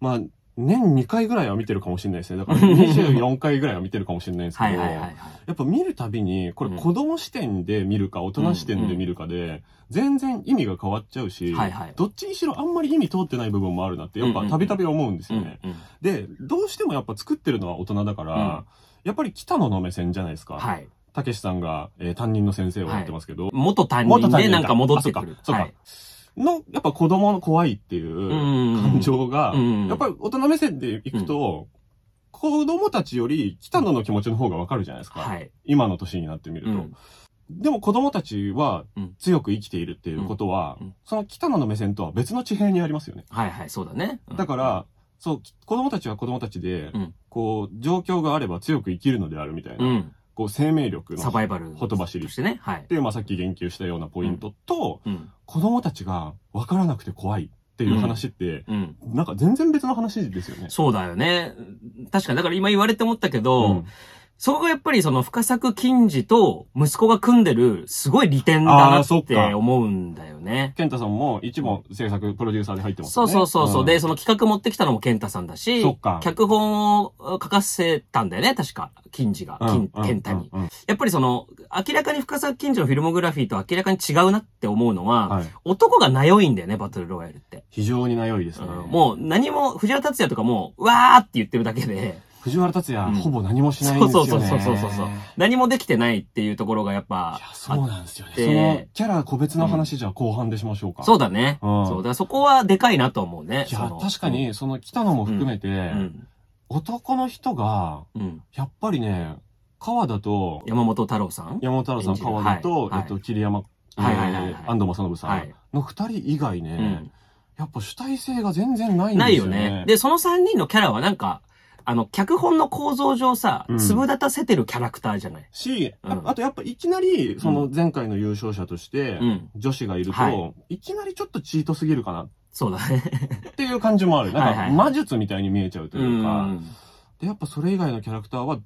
Speaker 1: まあ、年2回ぐらいは見てるかもしれないですね。だから24回ぐらいは見てるかもしれないですけ
Speaker 2: は
Speaker 1: ど、
Speaker 2: いはいはいはい。
Speaker 1: やっぱ見るたびに、これ
Speaker 2: うん
Speaker 1: 子供視点で見るか、大人視点で見るかで、全然意味が変わっちゃうし、
Speaker 2: はいはい
Speaker 1: どっちにしろあんまり意味通ってない部分もあるなって、やっ
Speaker 2: うんうん
Speaker 1: ぱ
Speaker 2: うん
Speaker 1: たびたび思うんです
Speaker 2: うん
Speaker 1: よ
Speaker 2: う
Speaker 1: ね。
Speaker 2: ん
Speaker 1: で、どうしてもやっぱ作ってるのは大人だから、
Speaker 2: うん
Speaker 1: やっぱり北野の目線じゃないですか。
Speaker 2: はい。
Speaker 1: たけしさんが、えー担任の先生をやってますけど、
Speaker 2: 元担任でなんか戻ってくる。
Speaker 1: あそうかそうか
Speaker 2: はい
Speaker 1: の、やっぱ子供の怖いってい
Speaker 2: うん
Speaker 1: う
Speaker 2: うんうん
Speaker 1: 感情が、
Speaker 2: うんうん
Speaker 1: やっぱり大人目線でいくと、子供たちより北野の気持ちの方がわかるじゃないですか。
Speaker 2: はい。
Speaker 1: 今の年になってみると。
Speaker 2: うん
Speaker 1: でも子供たちは
Speaker 2: うん
Speaker 1: 強く生きているっていうことは、
Speaker 2: うんうん
Speaker 1: その北野の目線とは別の地平にありますよね。
Speaker 2: はいはい、そうだね。うん
Speaker 1: だから、そう、き子供たちは子供たちで、
Speaker 2: うん
Speaker 1: こう、状況があれば強く生きるのであるみたいな、
Speaker 2: うん。
Speaker 1: こう、生命力の、
Speaker 2: サバイバル。
Speaker 1: ほとばしり
Speaker 2: としてね。はい
Speaker 1: って。いう、まあ、さっき言及したようなポイントと、
Speaker 2: うん。
Speaker 1: 子供たちが分からなくて怖いっていう話って、
Speaker 2: うん。
Speaker 1: なんか全然別の話ですよね。
Speaker 2: そうだよね。確かに、だから今言われて思ったけど、
Speaker 1: うん
Speaker 2: そこがやっぱりその深作金次と息子が組んでるすごい利点だな
Speaker 1: あーそ
Speaker 2: っ
Speaker 1: ってか
Speaker 2: 思うんだよね。
Speaker 1: 健太さんも一も制作、プロデューサーで入ってます
Speaker 2: そ
Speaker 1: よ
Speaker 2: う
Speaker 1: ね。
Speaker 2: そうそうそう。
Speaker 1: ん
Speaker 2: で、その企画持ってきたのも健太さんだし
Speaker 1: そっか、
Speaker 2: 脚本を書かせたんだよね、確か。金次が、金
Speaker 1: うん
Speaker 2: 健太に。
Speaker 1: うんうん
Speaker 2: やっぱりその、明らかに深作金次のフィルモグラフィーと明らかに違うなって思うのは、
Speaker 1: はい。
Speaker 2: 男がなよいんだよね、バトルロイヤルって。
Speaker 1: 非常に悩いです
Speaker 2: う
Speaker 1: ね。
Speaker 2: んもう何も、藤原達也とかもう、わーって言ってるだけで、
Speaker 1: 藤原達也、
Speaker 2: うん
Speaker 1: ほぼ何もしないんですよね。
Speaker 2: そうそうそうそうそうそう
Speaker 1: い
Speaker 2: 何もできてないっていうところがやっぱ、
Speaker 1: や、そうなんですよね。
Speaker 2: で
Speaker 1: そのキャラ個別の話じゃあ後半でしましょうか。。
Speaker 2: そううだね。
Speaker 1: うん
Speaker 2: そうだからそこはでかいなと思うね。
Speaker 1: いや
Speaker 2: その、
Speaker 1: 確か。に、その北野も含めて、
Speaker 2: うん。
Speaker 1: 男の人が、
Speaker 2: うん。
Speaker 1: やっぱりね、川田と、
Speaker 2: 山本太郎さん
Speaker 1: 山本太郎さん、
Speaker 2: 演じる
Speaker 1: 川田と、
Speaker 2: はい
Speaker 1: えっと、桐山、
Speaker 2: はいはいはいはい
Speaker 1: えー安藤正信さん、
Speaker 2: はい。
Speaker 1: の二人以外ね、
Speaker 2: う
Speaker 1: やっぱ主体性が全然ない
Speaker 2: ん。
Speaker 1: んで
Speaker 2: ない
Speaker 1: すよ
Speaker 2: よ
Speaker 1: ね。
Speaker 2: ね。で、その3人のキャラはなんか、あの、脚本の構造上さ
Speaker 1: うん、
Speaker 2: 粒立たせてるキャラクターじゃない。
Speaker 1: し、
Speaker 2: うん
Speaker 1: ああとやっぱいきなり、その前回の優勝者として、
Speaker 2: うん。
Speaker 1: 女子がいると、、
Speaker 2: はい
Speaker 1: きなりちょっとチートすぎるかな
Speaker 2: そうだね。
Speaker 1: っていう感じもある。なん
Speaker 2: はい
Speaker 1: か
Speaker 2: はい
Speaker 1: 魔術みたいに見えちゃうと
Speaker 2: う
Speaker 1: いうか、
Speaker 2: ん。
Speaker 1: で、やっぱそれ以外のキャラクターは、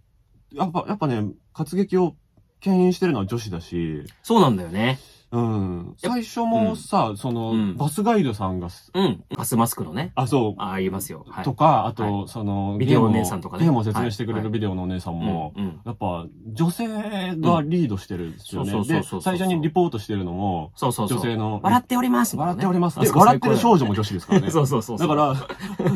Speaker 1: やっぱ、やっぱね、活劇を牽引してるのは女子だし、
Speaker 2: そうなんだよね。
Speaker 1: うん。
Speaker 2: やっ
Speaker 1: 最初もさ、その、
Speaker 2: うん
Speaker 1: バスガイドさんがす、
Speaker 2: うん。ガスマスクのね。
Speaker 1: あ、そう。
Speaker 2: ああ、言いますよ。はい
Speaker 1: と。か、あ
Speaker 2: は
Speaker 1: と、その、
Speaker 2: ビデオ
Speaker 1: ゲーム
Speaker 2: お
Speaker 1: を
Speaker 2: 姉さんとかね
Speaker 1: ゲームを説明してくれ
Speaker 2: は
Speaker 1: る
Speaker 2: い
Speaker 1: ビデオのお姉さんも、
Speaker 2: うんうん。
Speaker 1: やっぱ、女性がリードしてるんですよ
Speaker 2: うんそう
Speaker 1: ね。
Speaker 2: そうそう
Speaker 1: で
Speaker 2: そうそう、
Speaker 1: 最初にリポートしてるのも、
Speaker 2: そうそうそう。
Speaker 1: 女性の、
Speaker 2: 笑っております。
Speaker 1: 笑っております。
Speaker 2: あ
Speaker 1: で
Speaker 2: そこ
Speaker 1: 笑
Speaker 2: 最
Speaker 1: っ
Speaker 2: 高
Speaker 1: て
Speaker 2: だ
Speaker 1: る少
Speaker 2: よ
Speaker 1: 女も女子ですからね。
Speaker 2: そうそうそう。
Speaker 1: だか、ら、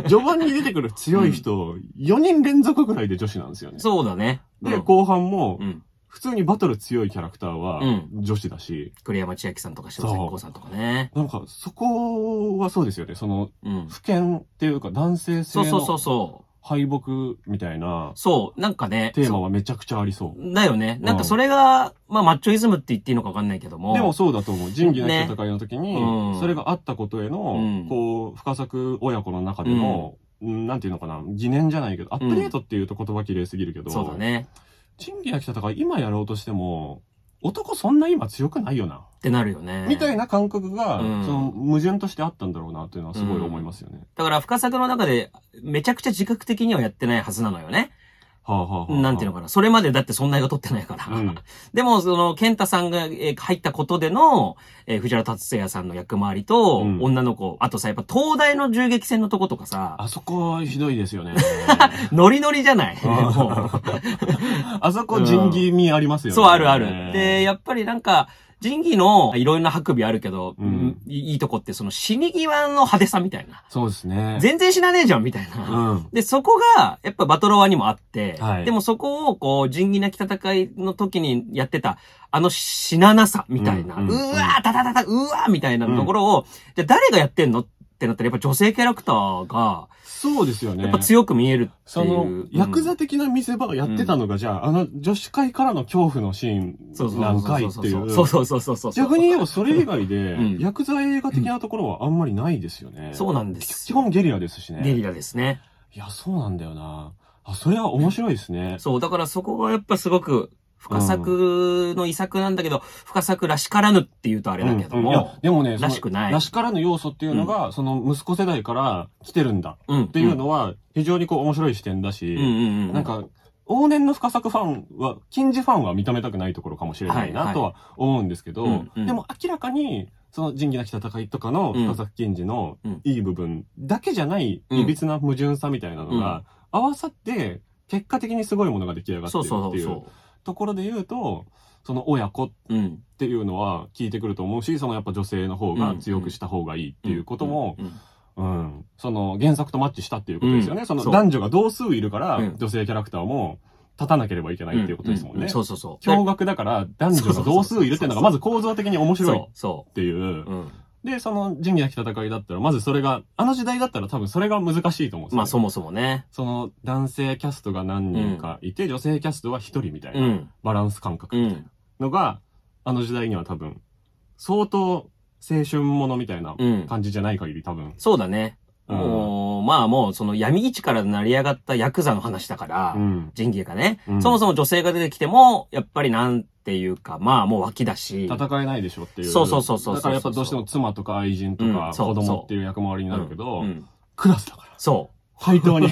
Speaker 1: 序盤に出てくる強い人、4人連続ぐらいで女子なんですよね。
Speaker 2: そうだね。
Speaker 1: で、
Speaker 2: うん
Speaker 1: 後半も
Speaker 2: う、ん。
Speaker 1: 普通にバトル強いキャラクターは
Speaker 2: うん
Speaker 1: 女子だし、
Speaker 2: 栗山千明さんとか柴咲コウさんとかね。
Speaker 1: なんか、そこはそうですよね。その、
Speaker 2: うん。
Speaker 1: 不健っていうか男性性
Speaker 2: そうそうそ
Speaker 1: の
Speaker 2: うそう。
Speaker 1: 敗北みたいな
Speaker 2: そう、なんかね。
Speaker 1: テーマはめちゃくちゃありそう。
Speaker 2: だよね。なんかそれが、まあマッチョイズムって言っていいのかわかんないけども。
Speaker 1: でも、そうだと思う。仁義なき戦いの時に、
Speaker 2: ねうん
Speaker 1: それがあったことへの、
Speaker 2: うん
Speaker 1: こう、深作親子の中での、うんなんていうのかな、疑念じゃないけど、アップデートっていうと言葉綺麗すぎるけど、
Speaker 2: そうだね。
Speaker 1: 仁義なき戦い今やろうとしても、男そんな今強くないよな、
Speaker 2: ってなるよね。
Speaker 1: みたいな感覚が、
Speaker 2: うん
Speaker 1: その矛盾としてあったんだろうなっていうのはすごい思いますよね。
Speaker 2: だから深作の中で、めちゃくちゃ自覚的にはやってないはずなのよね。
Speaker 1: はあはあはあ、
Speaker 2: なんていうのかな。それまでだってそんな映画撮ってないから。
Speaker 1: うん。
Speaker 2: でも、その、健太さんがえー入ったことでの、えー藤原達也さんの役回りと、
Speaker 1: うん
Speaker 2: 女の子、あとさ、やっぱ東大の銃撃戦のとことかさ、
Speaker 1: あそこひどいですよ ね。
Speaker 2: ノリノリじゃな
Speaker 1: あ
Speaker 2: い
Speaker 1: ー
Speaker 2: もう
Speaker 1: あそこ仁義味ありますよね。
Speaker 2: そう、あるある。で、やっぱりなんか、仁義のいろいろな白尾あるけど、
Speaker 1: うん
Speaker 2: うんいいいとこってその死に際の派手さみたいな。
Speaker 1: そうですね。
Speaker 2: 全然死なねえじゃんみたいうな。
Speaker 1: ん。
Speaker 2: で、そこが、やっぱバトロワにもあって、
Speaker 1: はい
Speaker 2: でもそこを、こう、仁義なき戦いの時にやってた、あの死ななさ、みたいな、う
Speaker 1: うんうんうん
Speaker 2: わー、たたたた、うわー、みたいなところを、じゃあ誰がやってんのってなったら、やっぱ女性キャラクターが、
Speaker 1: そうですよね。
Speaker 2: やっぱ強く見えるっていう。
Speaker 1: その、ヤク
Speaker 2: う
Speaker 1: ザ
Speaker 2: ん
Speaker 1: 的な見せ場をやってたのが、じゃあ、あの、女子会からの恐怖のシ
Speaker 2: そう
Speaker 1: ーン
Speaker 2: そ
Speaker 1: なん
Speaker 2: う
Speaker 1: かい
Speaker 2: そ
Speaker 1: っ
Speaker 2: うそう
Speaker 1: てい
Speaker 2: そうう。そうそうそうそう。
Speaker 1: 逆に言えばそれ以外で
Speaker 2: うん、
Speaker 1: ヤクザ映画的なところはあんまりないですよね。
Speaker 2: そうなんです
Speaker 1: 基
Speaker 2: よ。
Speaker 1: 本ゲリラですし
Speaker 2: ゲ
Speaker 1: ね。
Speaker 2: リラですね。
Speaker 1: いや、そうなんだよな。あ、それは面白いですね。
Speaker 2: そう、だからそこがやっぱすごく、深作の遺作なんだけど、深作らしからぬって言うとあれだけど
Speaker 1: うんうんい
Speaker 2: も
Speaker 1: や、でもね、その
Speaker 2: らしくない
Speaker 1: らしからぬ要素っていうのが、その息子世代から来てるんだ
Speaker 2: うん。
Speaker 1: っていうのは、非常にこう面白い視点だし、
Speaker 2: うんうんうん。
Speaker 1: なん、か、往年の深作ファンは、近似ファンは認めたくないところかもしれない
Speaker 2: はいは
Speaker 1: ないとは思うんですけど、
Speaker 2: うんうん
Speaker 1: でも明らかに、その仁義なき戦いとかの
Speaker 2: うん
Speaker 1: 深作近似の
Speaker 2: うん
Speaker 1: いい部分だけじゃない、
Speaker 2: うん
Speaker 1: いびつな矛盾さみたいなのが、合わさって、結果的にすごいものが出来上がって
Speaker 2: そ
Speaker 1: る
Speaker 2: うそ
Speaker 1: って
Speaker 2: う
Speaker 1: い
Speaker 2: そうう。
Speaker 1: ところで言うと、その親子っ
Speaker 2: うん。
Speaker 1: ていうのは聞いてくると思うし、そのやっぱ女性の方が強くした方がいいっていうことも、
Speaker 2: うん、
Speaker 1: うん、その原作とマッチしたっていうことですよね。
Speaker 2: うん
Speaker 1: その
Speaker 2: そう
Speaker 1: 男女が同数いるから、
Speaker 2: うん
Speaker 1: 女性キャラクターも立たなければいけないっていうことですもんね。
Speaker 2: ううそうそうそう。
Speaker 1: 驚愕だから男女が同数いるっていうのがまず構造的に面白いっ
Speaker 2: そうそ
Speaker 1: ていう。
Speaker 2: う。うん。
Speaker 1: で、その仁義なき戦いだったら、まずそれが、あの時代だったら多分それが難しいと思うんですよね
Speaker 2: まあそもそもね。。
Speaker 1: その男性キャストが何人かいて、女性キャストは一人みたいうなんバランス感覚
Speaker 2: う。
Speaker 1: みたいなんのが、あの時代には多分、相当青春ものみたいな
Speaker 2: うん。
Speaker 1: 感じじゃない限り多分、
Speaker 2: そうだね。
Speaker 1: うん
Speaker 2: もう、まあもう、その闇市から成り上がったヤクザの話だから、
Speaker 1: うん
Speaker 2: 仁義がね、
Speaker 1: うん
Speaker 2: そもそも女性が出てきても、やっぱりなんていうか、まあもう脇だし。
Speaker 1: 戦えないでしょっていう。
Speaker 2: そうそうそうそうそう
Speaker 1: だからやっぱどうしても妻とか愛人と
Speaker 2: う
Speaker 1: か
Speaker 2: んそう
Speaker 1: 子供っていう役回りになるけど、
Speaker 2: うんうん
Speaker 1: クラスだから。
Speaker 2: そ
Speaker 1: 対等に。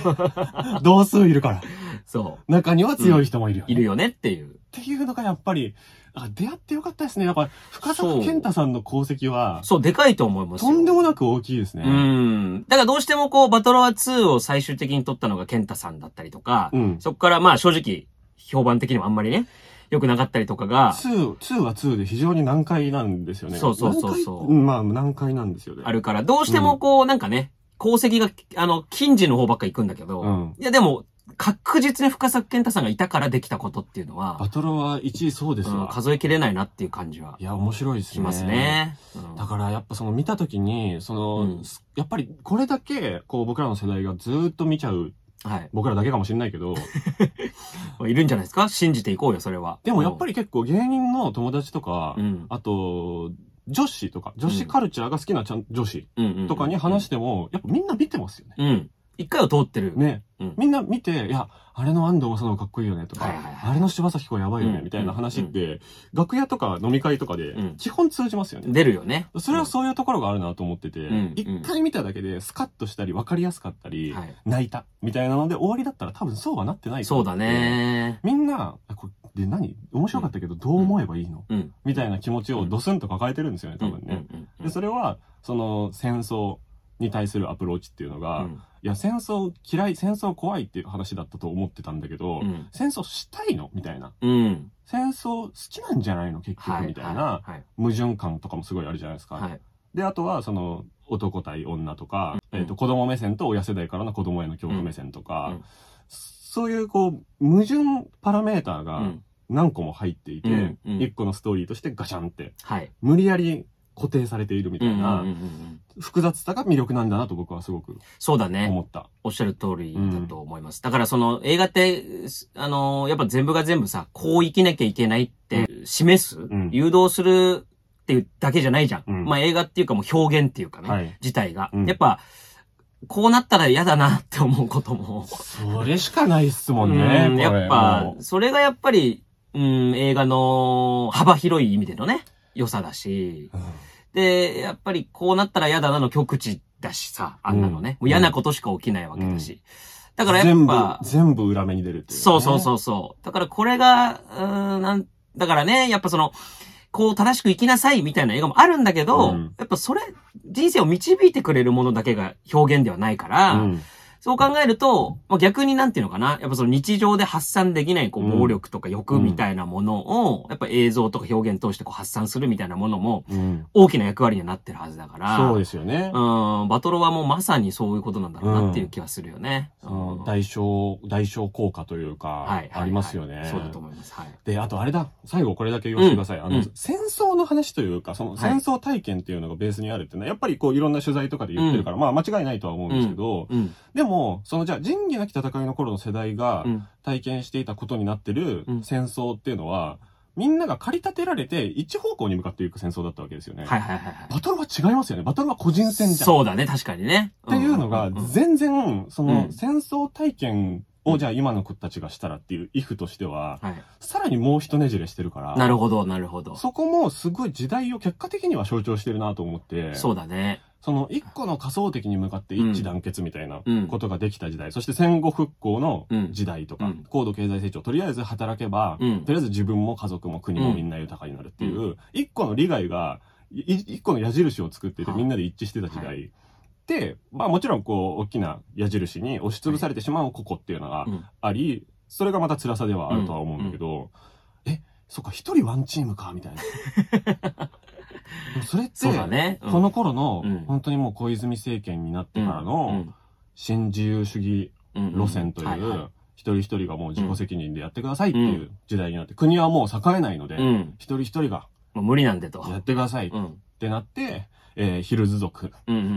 Speaker 1: 同数いるから。
Speaker 2: う。そ
Speaker 1: 中には強い人もいるよ、
Speaker 2: う。
Speaker 1: ね
Speaker 2: いるよねっていう。
Speaker 1: っていうのがやっぱり、あ出会ってよかったですね。やっぱ、深作健太さんの功績は、
Speaker 2: そう、でかいと思いますよ。
Speaker 1: とんでもなく大きいです
Speaker 2: う
Speaker 1: ね。
Speaker 2: ん。だからどうしてもこう、バトロワ2を最終的に取ったのがケンタさんだったりとか、
Speaker 1: うん。
Speaker 2: そこからまあ正直、評判的にもあんまりね、良くなかったりとかが
Speaker 1: 2、2は2で非常に難解なんですよね。
Speaker 2: そうそうそうそう
Speaker 1: 難解んまあ、難解なんですよね。
Speaker 2: あるから、どうしてもこう、なんかね、功績が、あの、近似の方ばっか行くんだけど、
Speaker 1: うん
Speaker 2: いやでも、確実に深作健太さんがいたからできたことっていうのは
Speaker 1: バ、トロは1位そうです
Speaker 2: うん
Speaker 1: わ。
Speaker 2: 数えきれないなっていう感じはい
Speaker 1: や、面白いですね。
Speaker 2: します。ね。うん
Speaker 1: だからやっぱその見たときに、その、
Speaker 2: うん
Speaker 1: やっぱりこれだけ、こう僕らの世代がずーっと見ちゃう、
Speaker 2: はい
Speaker 1: 僕らだけかもしれないけど、
Speaker 2: まあ。いるんじゃないですか信じていこうよ、それは。
Speaker 1: でもやっぱ
Speaker 2: り、
Speaker 1: り結構芸人の友達とか、
Speaker 2: うん。
Speaker 1: あと、女子とか、女子カルチャーが好きなちゃん女子
Speaker 2: うんうんうん
Speaker 1: とかに話しても、やっぱみんな見てますよね。
Speaker 2: うん。一回は通ってる。
Speaker 1: ね、
Speaker 2: うん
Speaker 1: みんな見て、いや、あれの安藤正信かっこいいよねとか、
Speaker 2: はいはいはい
Speaker 1: あれの柴咲コウやばいよね、
Speaker 2: うん
Speaker 1: みたいな話って、楽屋とか飲み会とかで
Speaker 2: うん、
Speaker 1: 基本通じますよね。
Speaker 2: 出るよね。
Speaker 1: それはそういうところがあるなと思ってて
Speaker 2: ん、
Speaker 1: 一、回見ただけでスカッとしたり分かりやすかったり、
Speaker 2: はい。
Speaker 1: 泣いたみたいなので終わりだったら多分そうはなってないと
Speaker 2: そ
Speaker 1: 思
Speaker 2: う
Speaker 1: って
Speaker 2: だ。ね。
Speaker 1: みんな、あこれで何面白かったけどどう思えばいいの、
Speaker 2: うん。
Speaker 1: みたいな気持ちをドスンと抱えてるんですよね、多分ね。
Speaker 2: うん。うん
Speaker 1: でそれはその戦争に対するアプローチっていうのが、
Speaker 2: う
Speaker 1: い
Speaker 2: ん
Speaker 1: や戦争嫌い戦争怖いっていう話だったと思ってたんだけど、
Speaker 2: うん。
Speaker 1: 戦争したいのみたいな
Speaker 2: うん。
Speaker 1: 戦争好きなんじゃないの結
Speaker 2: は
Speaker 1: 局
Speaker 2: い。
Speaker 1: みたいな
Speaker 2: はい。
Speaker 1: 矛盾感とかもすごいあるじゃないですか。
Speaker 2: はい。
Speaker 1: であとはその男対女とか、
Speaker 2: うん
Speaker 1: えー、と子供目線と親世代からの子供への教育目線とか、
Speaker 2: うんうん
Speaker 1: そういうこう矛盾パラメーター
Speaker 2: う
Speaker 1: が
Speaker 2: ん。
Speaker 1: 何個も入っていて、
Speaker 2: うんうん
Speaker 1: 一個のストーリーとしてガシャンって
Speaker 2: はい。
Speaker 1: 無理やり固定されているみたいな。
Speaker 2: うんうんうんうん
Speaker 1: 複雑さが魅力なんだなと僕はすごく
Speaker 2: そうだね。
Speaker 1: 思った。
Speaker 2: おっしゃる通りだと思います。だからその映画って、すあのーやっぱ全部が全部さ、こう生きなきゃいけないって示す、
Speaker 1: ん
Speaker 2: 誘導するっていうだけじゃないじゃん。
Speaker 1: うん
Speaker 2: まあ映画っていうかもう表現っていうかね、
Speaker 1: はい。
Speaker 2: 自体が。
Speaker 1: うん
Speaker 2: やっぱ、こうなったら嫌だなって思うことも。
Speaker 1: それしかないっすもん
Speaker 2: う
Speaker 1: ね。
Speaker 2: ん
Speaker 1: これ
Speaker 2: やっぱ
Speaker 1: も、
Speaker 2: それがやっぱり、うん、映画の幅広い意味でのね、良さだし、
Speaker 1: う
Speaker 2: で、やっぱりこうなったら嫌だなの極致だしさ、あんなのね。
Speaker 1: うん
Speaker 2: もう嫌なことしか起きないわけだし。だからや
Speaker 1: 全
Speaker 2: っ
Speaker 1: 部
Speaker 2: ぱ、、
Speaker 1: 全部裏目に出るっていうね。
Speaker 2: そうそうそうそう。だからこれが、うーん、なん、だからね、やっぱその、こう正しく生きなさいみたいな映画もあるんだけ
Speaker 1: う
Speaker 2: ど、
Speaker 1: ん
Speaker 2: やっぱそれ、人生を導いてくれるものだけが表現ではないから、
Speaker 1: うん。
Speaker 2: そう考えると、まあ、逆になんていうのかな、やっぱその日常で発散できないこう
Speaker 1: うん
Speaker 2: 暴力とか欲みたいなものを、やっぱ映像とか表現通してこう発散するみたいなものも
Speaker 1: うん。
Speaker 2: 大きな役割にはなってるはずだから、
Speaker 1: そうですよね。
Speaker 2: うん、バトロはもうまさにそういうことなんだろうなっていう気はするよね。
Speaker 1: そ
Speaker 2: うん
Speaker 1: の代償、代償効果という
Speaker 2: は
Speaker 1: か
Speaker 2: い、、
Speaker 1: ありますよ
Speaker 2: はい
Speaker 1: ね
Speaker 2: はい。そうだと思います。はい。
Speaker 1: で、あとあれだ、最後これだけ言わせてください。
Speaker 2: うん
Speaker 1: あ
Speaker 2: う
Speaker 1: の
Speaker 2: ん、
Speaker 1: 戦争の話というか、その
Speaker 2: はい
Speaker 1: 戦争体験っていうのがベースにあるっていうのは、やっぱりこういろんな取材とかで言ってるから、まあ間違いないとは思うんですけど、
Speaker 2: うん。
Speaker 1: でも、そのじゃあ仁義なき戦いの頃の世代が
Speaker 2: う、ん。
Speaker 1: 体験していたことになってる
Speaker 2: うん
Speaker 1: 戦争っていうのは、みんなが駆り立てられて一方向に向かっていく戦争だったわけですよね。
Speaker 2: はいはいはいは
Speaker 1: バトルは違いますよね。バトルは個人戦
Speaker 2: い。
Speaker 1: じゃん。
Speaker 2: そうだね、確かにね。
Speaker 1: っていうのが
Speaker 2: んんん、
Speaker 1: 全然、そうの
Speaker 2: ん
Speaker 1: 戦争体験をじゃあ今の子たちがしたらっていうイフとしては、
Speaker 2: はい。
Speaker 1: さらにもう一ねじれしてるから、
Speaker 2: なるほど、なるほど。
Speaker 1: そこもすごい時代を結果的には象徴してるなと思って、
Speaker 2: そうだね。
Speaker 1: その一個の仮想的に向かって一致団結みたいな
Speaker 2: うん
Speaker 1: ことができた時代、そして戦後復興の時代とか、
Speaker 2: うん
Speaker 1: 高度経済成長、とりあえず働けば、
Speaker 2: うん
Speaker 1: とりあえず自分も家族も国もみんな豊かになるっていう、一個の利害が、い一個の矢印を作ってて
Speaker 2: はい
Speaker 1: みんなで一致してた時
Speaker 2: は
Speaker 1: 代。で、まあもちろんこう、大きな矢印に押しつぶされてしまう個々っていうのが
Speaker 2: うん
Speaker 1: あり、それがまた辛さではあるとは思うんだけど、え、そっか、一人ワンチームか、みたいな。でもそれって、
Speaker 2: そうだね。うん
Speaker 1: この頃の、
Speaker 2: うん
Speaker 1: 本当にもう小泉政権になってからの、新自由主義
Speaker 2: うん
Speaker 1: 路線とい
Speaker 2: はいは
Speaker 1: う、一人一人がもう自己責任でやってくださいっていう時代になって、国はもう栄えないので
Speaker 2: い、うん。
Speaker 1: 一人一人が
Speaker 2: もう無理なんでと。
Speaker 1: やってくださいっ
Speaker 2: うん。
Speaker 1: てなって、えーヒルズ族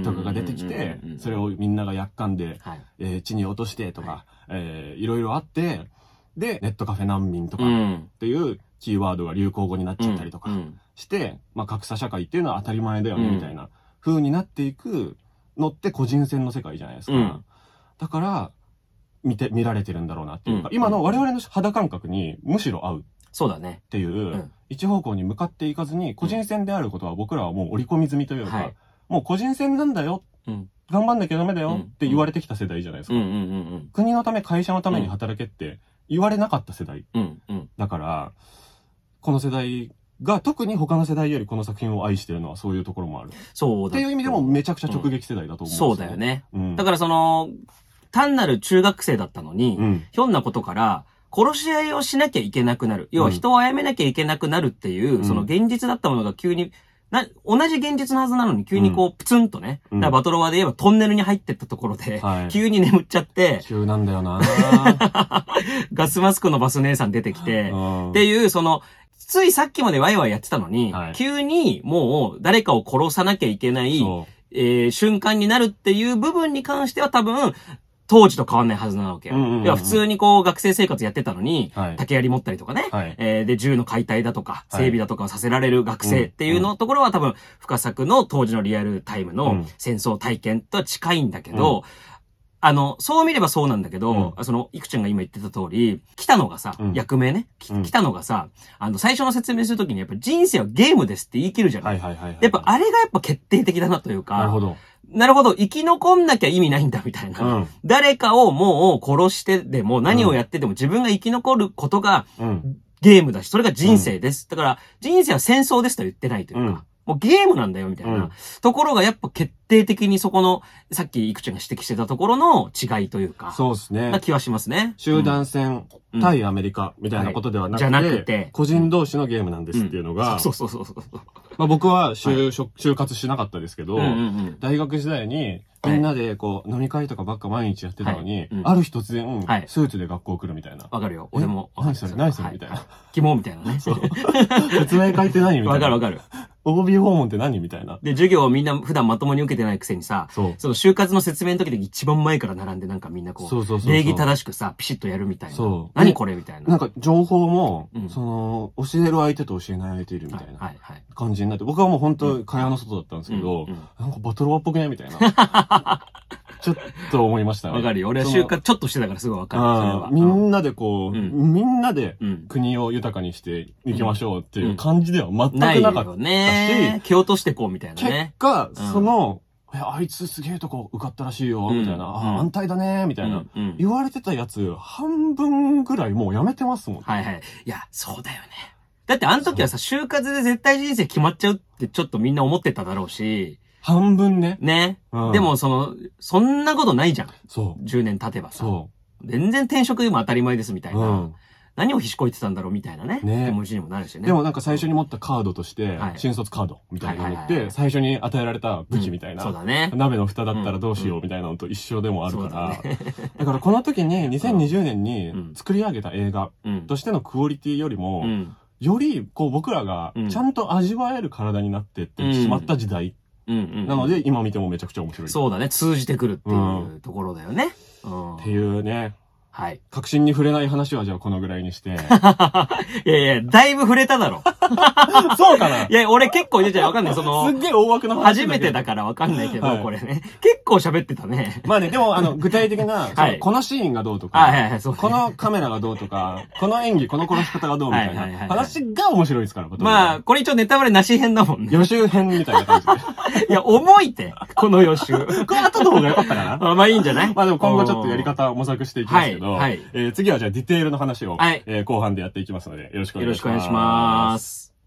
Speaker 1: とかが出てきて、それ
Speaker 2: を。
Speaker 1: をみんながやっかんで、
Speaker 2: はい。
Speaker 1: えー地に落としてとか、えーいろいろあって、で、ネットカフェ難民とか
Speaker 2: う
Speaker 1: っ
Speaker 2: ん。
Speaker 1: ていうキーワードが流行語になっちゃったりとか
Speaker 2: う、ん
Speaker 1: して、まあ、格差社会っていうのは当たり前だよね、
Speaker 2: うん
Speaker 1: みたいな風になっていくのって個人戦の世界じゃないですか。
Speaker 2: うん
Speaker 1: だから、見て、見られてるんだろうなっていうか、
Speaker 2: うん
Speaker 1: 今の我々の肌感覚にむしろ合うっ
Speaker 2: そうだね。
Speaker 1: ていう、
Speaker 2: ん
Speaker 1: 一方向に向かっていかずに、個人戦であることは僕らはもう織り込み済みというか、
Speaker 2: はい
Speaker 1: もう個人戦なんだよ
Speaker 2: うん
Speaker 1: 頑張んなきゃダメだ
Speaker 2: うん
Speaker 1: よって言われてきた世代じゃないです
Speaker 2: うん
Speaker 1: か。
Speaker 2: うんうん
Speaker 1: 国のため、会社のために働けって言われなかった世代。
Speaker 2: うん。うんうん。
Speaker 1: だから、この世代が特に他の世代よりこの作品を愛してるのはそういうところもある。っ
Speaker 2: そうだ。
Speaker 1: ていう意味でも、めちゃくちゃ直撃世代だと思うんです
Speaker 2: そうだよ。ね。
Speaker 1: うん。
Speaker 2: だからその、単なる中学生だったのに、
Speaker 1: うん。
Speaker 2: ひょんなことから、殺し合いをしなきゃいけなくなる。要は
Speaker 1: うん
Speaker 2: 人を殺めなきゃいけなくなるっていう、
Speaker 1: うん
Speaker 2: その現実だったものが急に、な、同じ現実のはずなのに急にこう、プツンとね。
Speaker 1: うん
Speaker 2: だからバトロワで言えばトンネルに入ってったところで、
Speaker 1: はい
Speaker 2: 急に眠っちゃって、
Speaker 1: 急なんだよ な
Speaker 2: ガスマスクのバス姉さん出てきて、
Speaker 1: うん
Speaker 2: っていう、その、ついさっきまでワイワイやってたのに、
Speaker 1: はい
Speaker 2: 急にもう誰かを殺さなきゃいけない、
Speaker 1: そ
Speaker 2: えー瞬間になるっていう部分に関しては多分、当時と変わんないはずなわけよ。
Speaker 1: うんうんうんうん
Speaker 2: いや普通にこう学生生活やってたのに、
Speaker 1: う。はい。
Speaker 2: 竹槍持ったりとかね。
Speaker 1: はい。
Speaker 2: えーで、銃の解体だとか、
Speaker 1: はい
Speaker 2: 整備だとかをさせられる学生っていうのところは多分、深作の当時のリアルタイム
Speaker 1: う
Speaker 2: の
Speaker 1: ん
Speaker 2: 戦争体験とは近いんだけど、あの、そう見ればそうなんだけど、その、いくちゃんが今言ってた通り、北野がさ、
Speaker 1: うん
Speaker 2: 役名ね、き
Speaker 1: うん
Speaker 2: 北野がさ、あの、最初の説明するときにやっぱ人生はゲームですって言い切るじゃない、
Speaker 1: はいはいはいはい。
Speaker 2: やっぱ、あれがやっぱ決定的だなというか、
Speaker 1: なるほど。
Speaker 2: なるほど、生き残んなきゃ意味ないんだみたいな。
Speaker 1: うん。
Speaker 2: 誰かをもう殺してでも何をやってでも自分が生き残ることが
Speaker 1: うん。
Speaker 2: ゲームだし、それが人生です。だから人生は戦争ですとは言ってないというか、もうゲームなんだよみたいな、
Speaker 1: うん
Speaker 2: ところがやっぱ決定的にそこの、さっきいくちゃんが指摘してたところの違いというか、
Speaker 1: そうですね
Speaker 2: な。気はしますね。
Speaker 1: 集団戦
Speaker 2: うん
Speaker 1: 対アメリカみたいなことではなくて、
Speaker 2: はいじゃなくて
Speaker 1: 個人同士のゲームなんですっていうのが、
Speaker 2: そうそうそうそうそう。
Speaker 1: まあ、僕は就職、就活しなかったですけど、
Speaker 2: うんうん
Speaker 1: 大学時代に、
Speaker 2: はい
Speaker 1: みんなでこう、飲み会とかばっか毎日やってたのに、
Speaker 2: はいうん
Speaker 1: ある日突然、
Speaker 2: はい
Speaker 1: スーツで学校来るみたい な。
Speaker 2: わかるよ。俺も。
Speaker 1: え何それ何それみたい
Speaker 2: は
Speaker 1: な。
Speaker 2: 肝みたいなね。
Speaker 1: 説明会って何みた
Speaker 2: わ
Speaker 1: い
Speaker 2: か
Speaker 1: な。
Speaker 2: るわかる。
Speaker 1: OB 訪問って何みたいな。
Speaker 2: で、授業をみんな普段まともに受けてないくせにさ、
Speaker 1: そう。
Speaker 2: その就活の説明の時で一番前から並んでなんかみんなこう、
Speaker 1: そうそうそうそう
Speaker 2: 礼儀正しくさ、ピシッとやるみたいな。
Speaker 1: そう
Speaker 2: 何これみたいな。
Speaker 1: なんか情報も、
Speaker 2: うん
Speaker 1: その、教える相手と教えない相手いるみ
Speaker 2: は
Speaker 1: た
Speaker 2: い
Speaker 1: いな
Speaker 2: はいはい。
Speaker 1: 感じになって、僕はもう本当会話の外だったんですけど、
Speaker 2: うんうん
Speaker 1: なんかバトルワっぽくねみたいな。 ちょっと思いましたね。
Speaker 2: わかるよ。俺は就活ちょっとしてたからすごいわか
Speaker 1: そ
Speaker 2: る。それ
Speaker 1: の。
Speaker 2: は。
Speaker 1: うんみんなでこう、
Speaker 2: うん
Speaker 1: みんなで
Speaker 2: うん。
Speaker 1: 国を豊かにしていきましょうっていう感じでは全く
Speaker 2: ない
Speaker 1: なかった
Speaker 2: よ
Speaker 1: し、
Speaker 2: ね。蹴落としてこうみたいな
Speaker 1: 結
Speaker 2: ね。
Speaker 1: 果、
Speaker 2: うん
Speaker 1: その、いや、あいつすげえとこ受かったらしいよ、みたいな、
Speaker 2: うん
Speaker 1: あ
Speaker 2: うん
Speaker 1: 安泰だね、みたいな、
Speaker 2: うんうん
Speaker 1: 言われてたやつ、半分ぐらいもうやめてますもん。
Speaker 2: はいはい。いや、そうだよね。だってあの時はさ、就活で絶対人生決まっちゃうってちょっとみんな思ってただろうし、
Speaker 1: 半分ね。
Speaker 2: ね。
Speaker 1: うん
Speaker 2: でもその、そんなことないじゃん。
Speaker 1: そう。
Speaker 2: 10年経てばさ。
Speaker 1: そ。
Speaker 2: 全然転職でも当たり前ですみたいうな。
Speaker 1: うん。
Speaker 2: 何をひしこいてたんだろうみたいなね。
Speaker 1: ね
Speaker 2: 気持ちにもなるしね。
Speaker 1: でもなんか最初に持ったカードとして、
Speaker 2: はい
Speaker 1: 新卒カードみたいなのっ
Speaker 2: はいはいはいは
Speaker 1: て、
Speaker 2: い
Speaker 1: 最初に与えられた武器みたいな。
Speaker 2: そうだね。
Speaker 1: 鍋の蓋だったらどうしようみたいなのと一緒でもあるから。
Speaker 2: そうだね。
Speaker 1: だからこの時 に2020年に
Speaker 2: うん
Speaker 1: 作り上げた映画
Speaker 2: うん。
Speaker 1: としてのクオリティよりも、
Speaker 2: うん。
Speaker 1: よりこう僕らが
Speaker 2: うん
Speaker 1: ちゃんと味わえる体になってってしまった時代
Speaker 2: うん。うん。
Speaker 1: なので、今見てもめちゃくちゃ面白い。
Speaker 2: そうだね。通じてくるっていううんところだよね。うん。
Speaker 1: っていうね、
Speaker 2: はい。
Speaker 1: 確信に触れない話はじゃあこのぐらいにして。
Speaker 2: いやいや、だいぶ触れただ ろ。
Speaker 1: そうかない
Speaker 2: や、俺結構、いやじゃあわかんない。そ
Speaker 1: す
Speaker 2: の、
Speaker 1: っげえ大枠の話
Speaker 2: 初めてだからわかんないけど、
Speaker 1: はい
Speaker 2: これね。結構喋ってたね。
Speaker 1: まあね、でも、あの、具体的な、その
Speaker 2: はい
Speaker 1: このシーンがどうとか、
Speaker 2: はいはいはい、そうね。
Speaker 1: このカメラがどうとか、この演技、この殺し方がどうみたい
Speaker 2: はいはいはいは
Speaker 1: ない話が面白いですから、
Speaker 2: まあ、これ一応ネタバレなし編だもんね。
Speaker 1: 予習編みたいな感じで。
Speaker 2: いや、重いって、 この予習。
Speaker 1: これ後の方が良かったかな。
Speaker 2: あ まあいいんじゃない
Speaker 1: まあでも今後ちょっとやり方を模索していきますけど、
Speaker 2: はいはい
Speaker 1: えー次はじゃあディテールの話を、
Speaker 2: はい
Speaker 1: えー後半でやっていきますので、よろしくお願
Speaker 2: よろ
Speaker 1: い
Speaker 2: し
Speaker 1: します。
Speaker 2: くお願いします。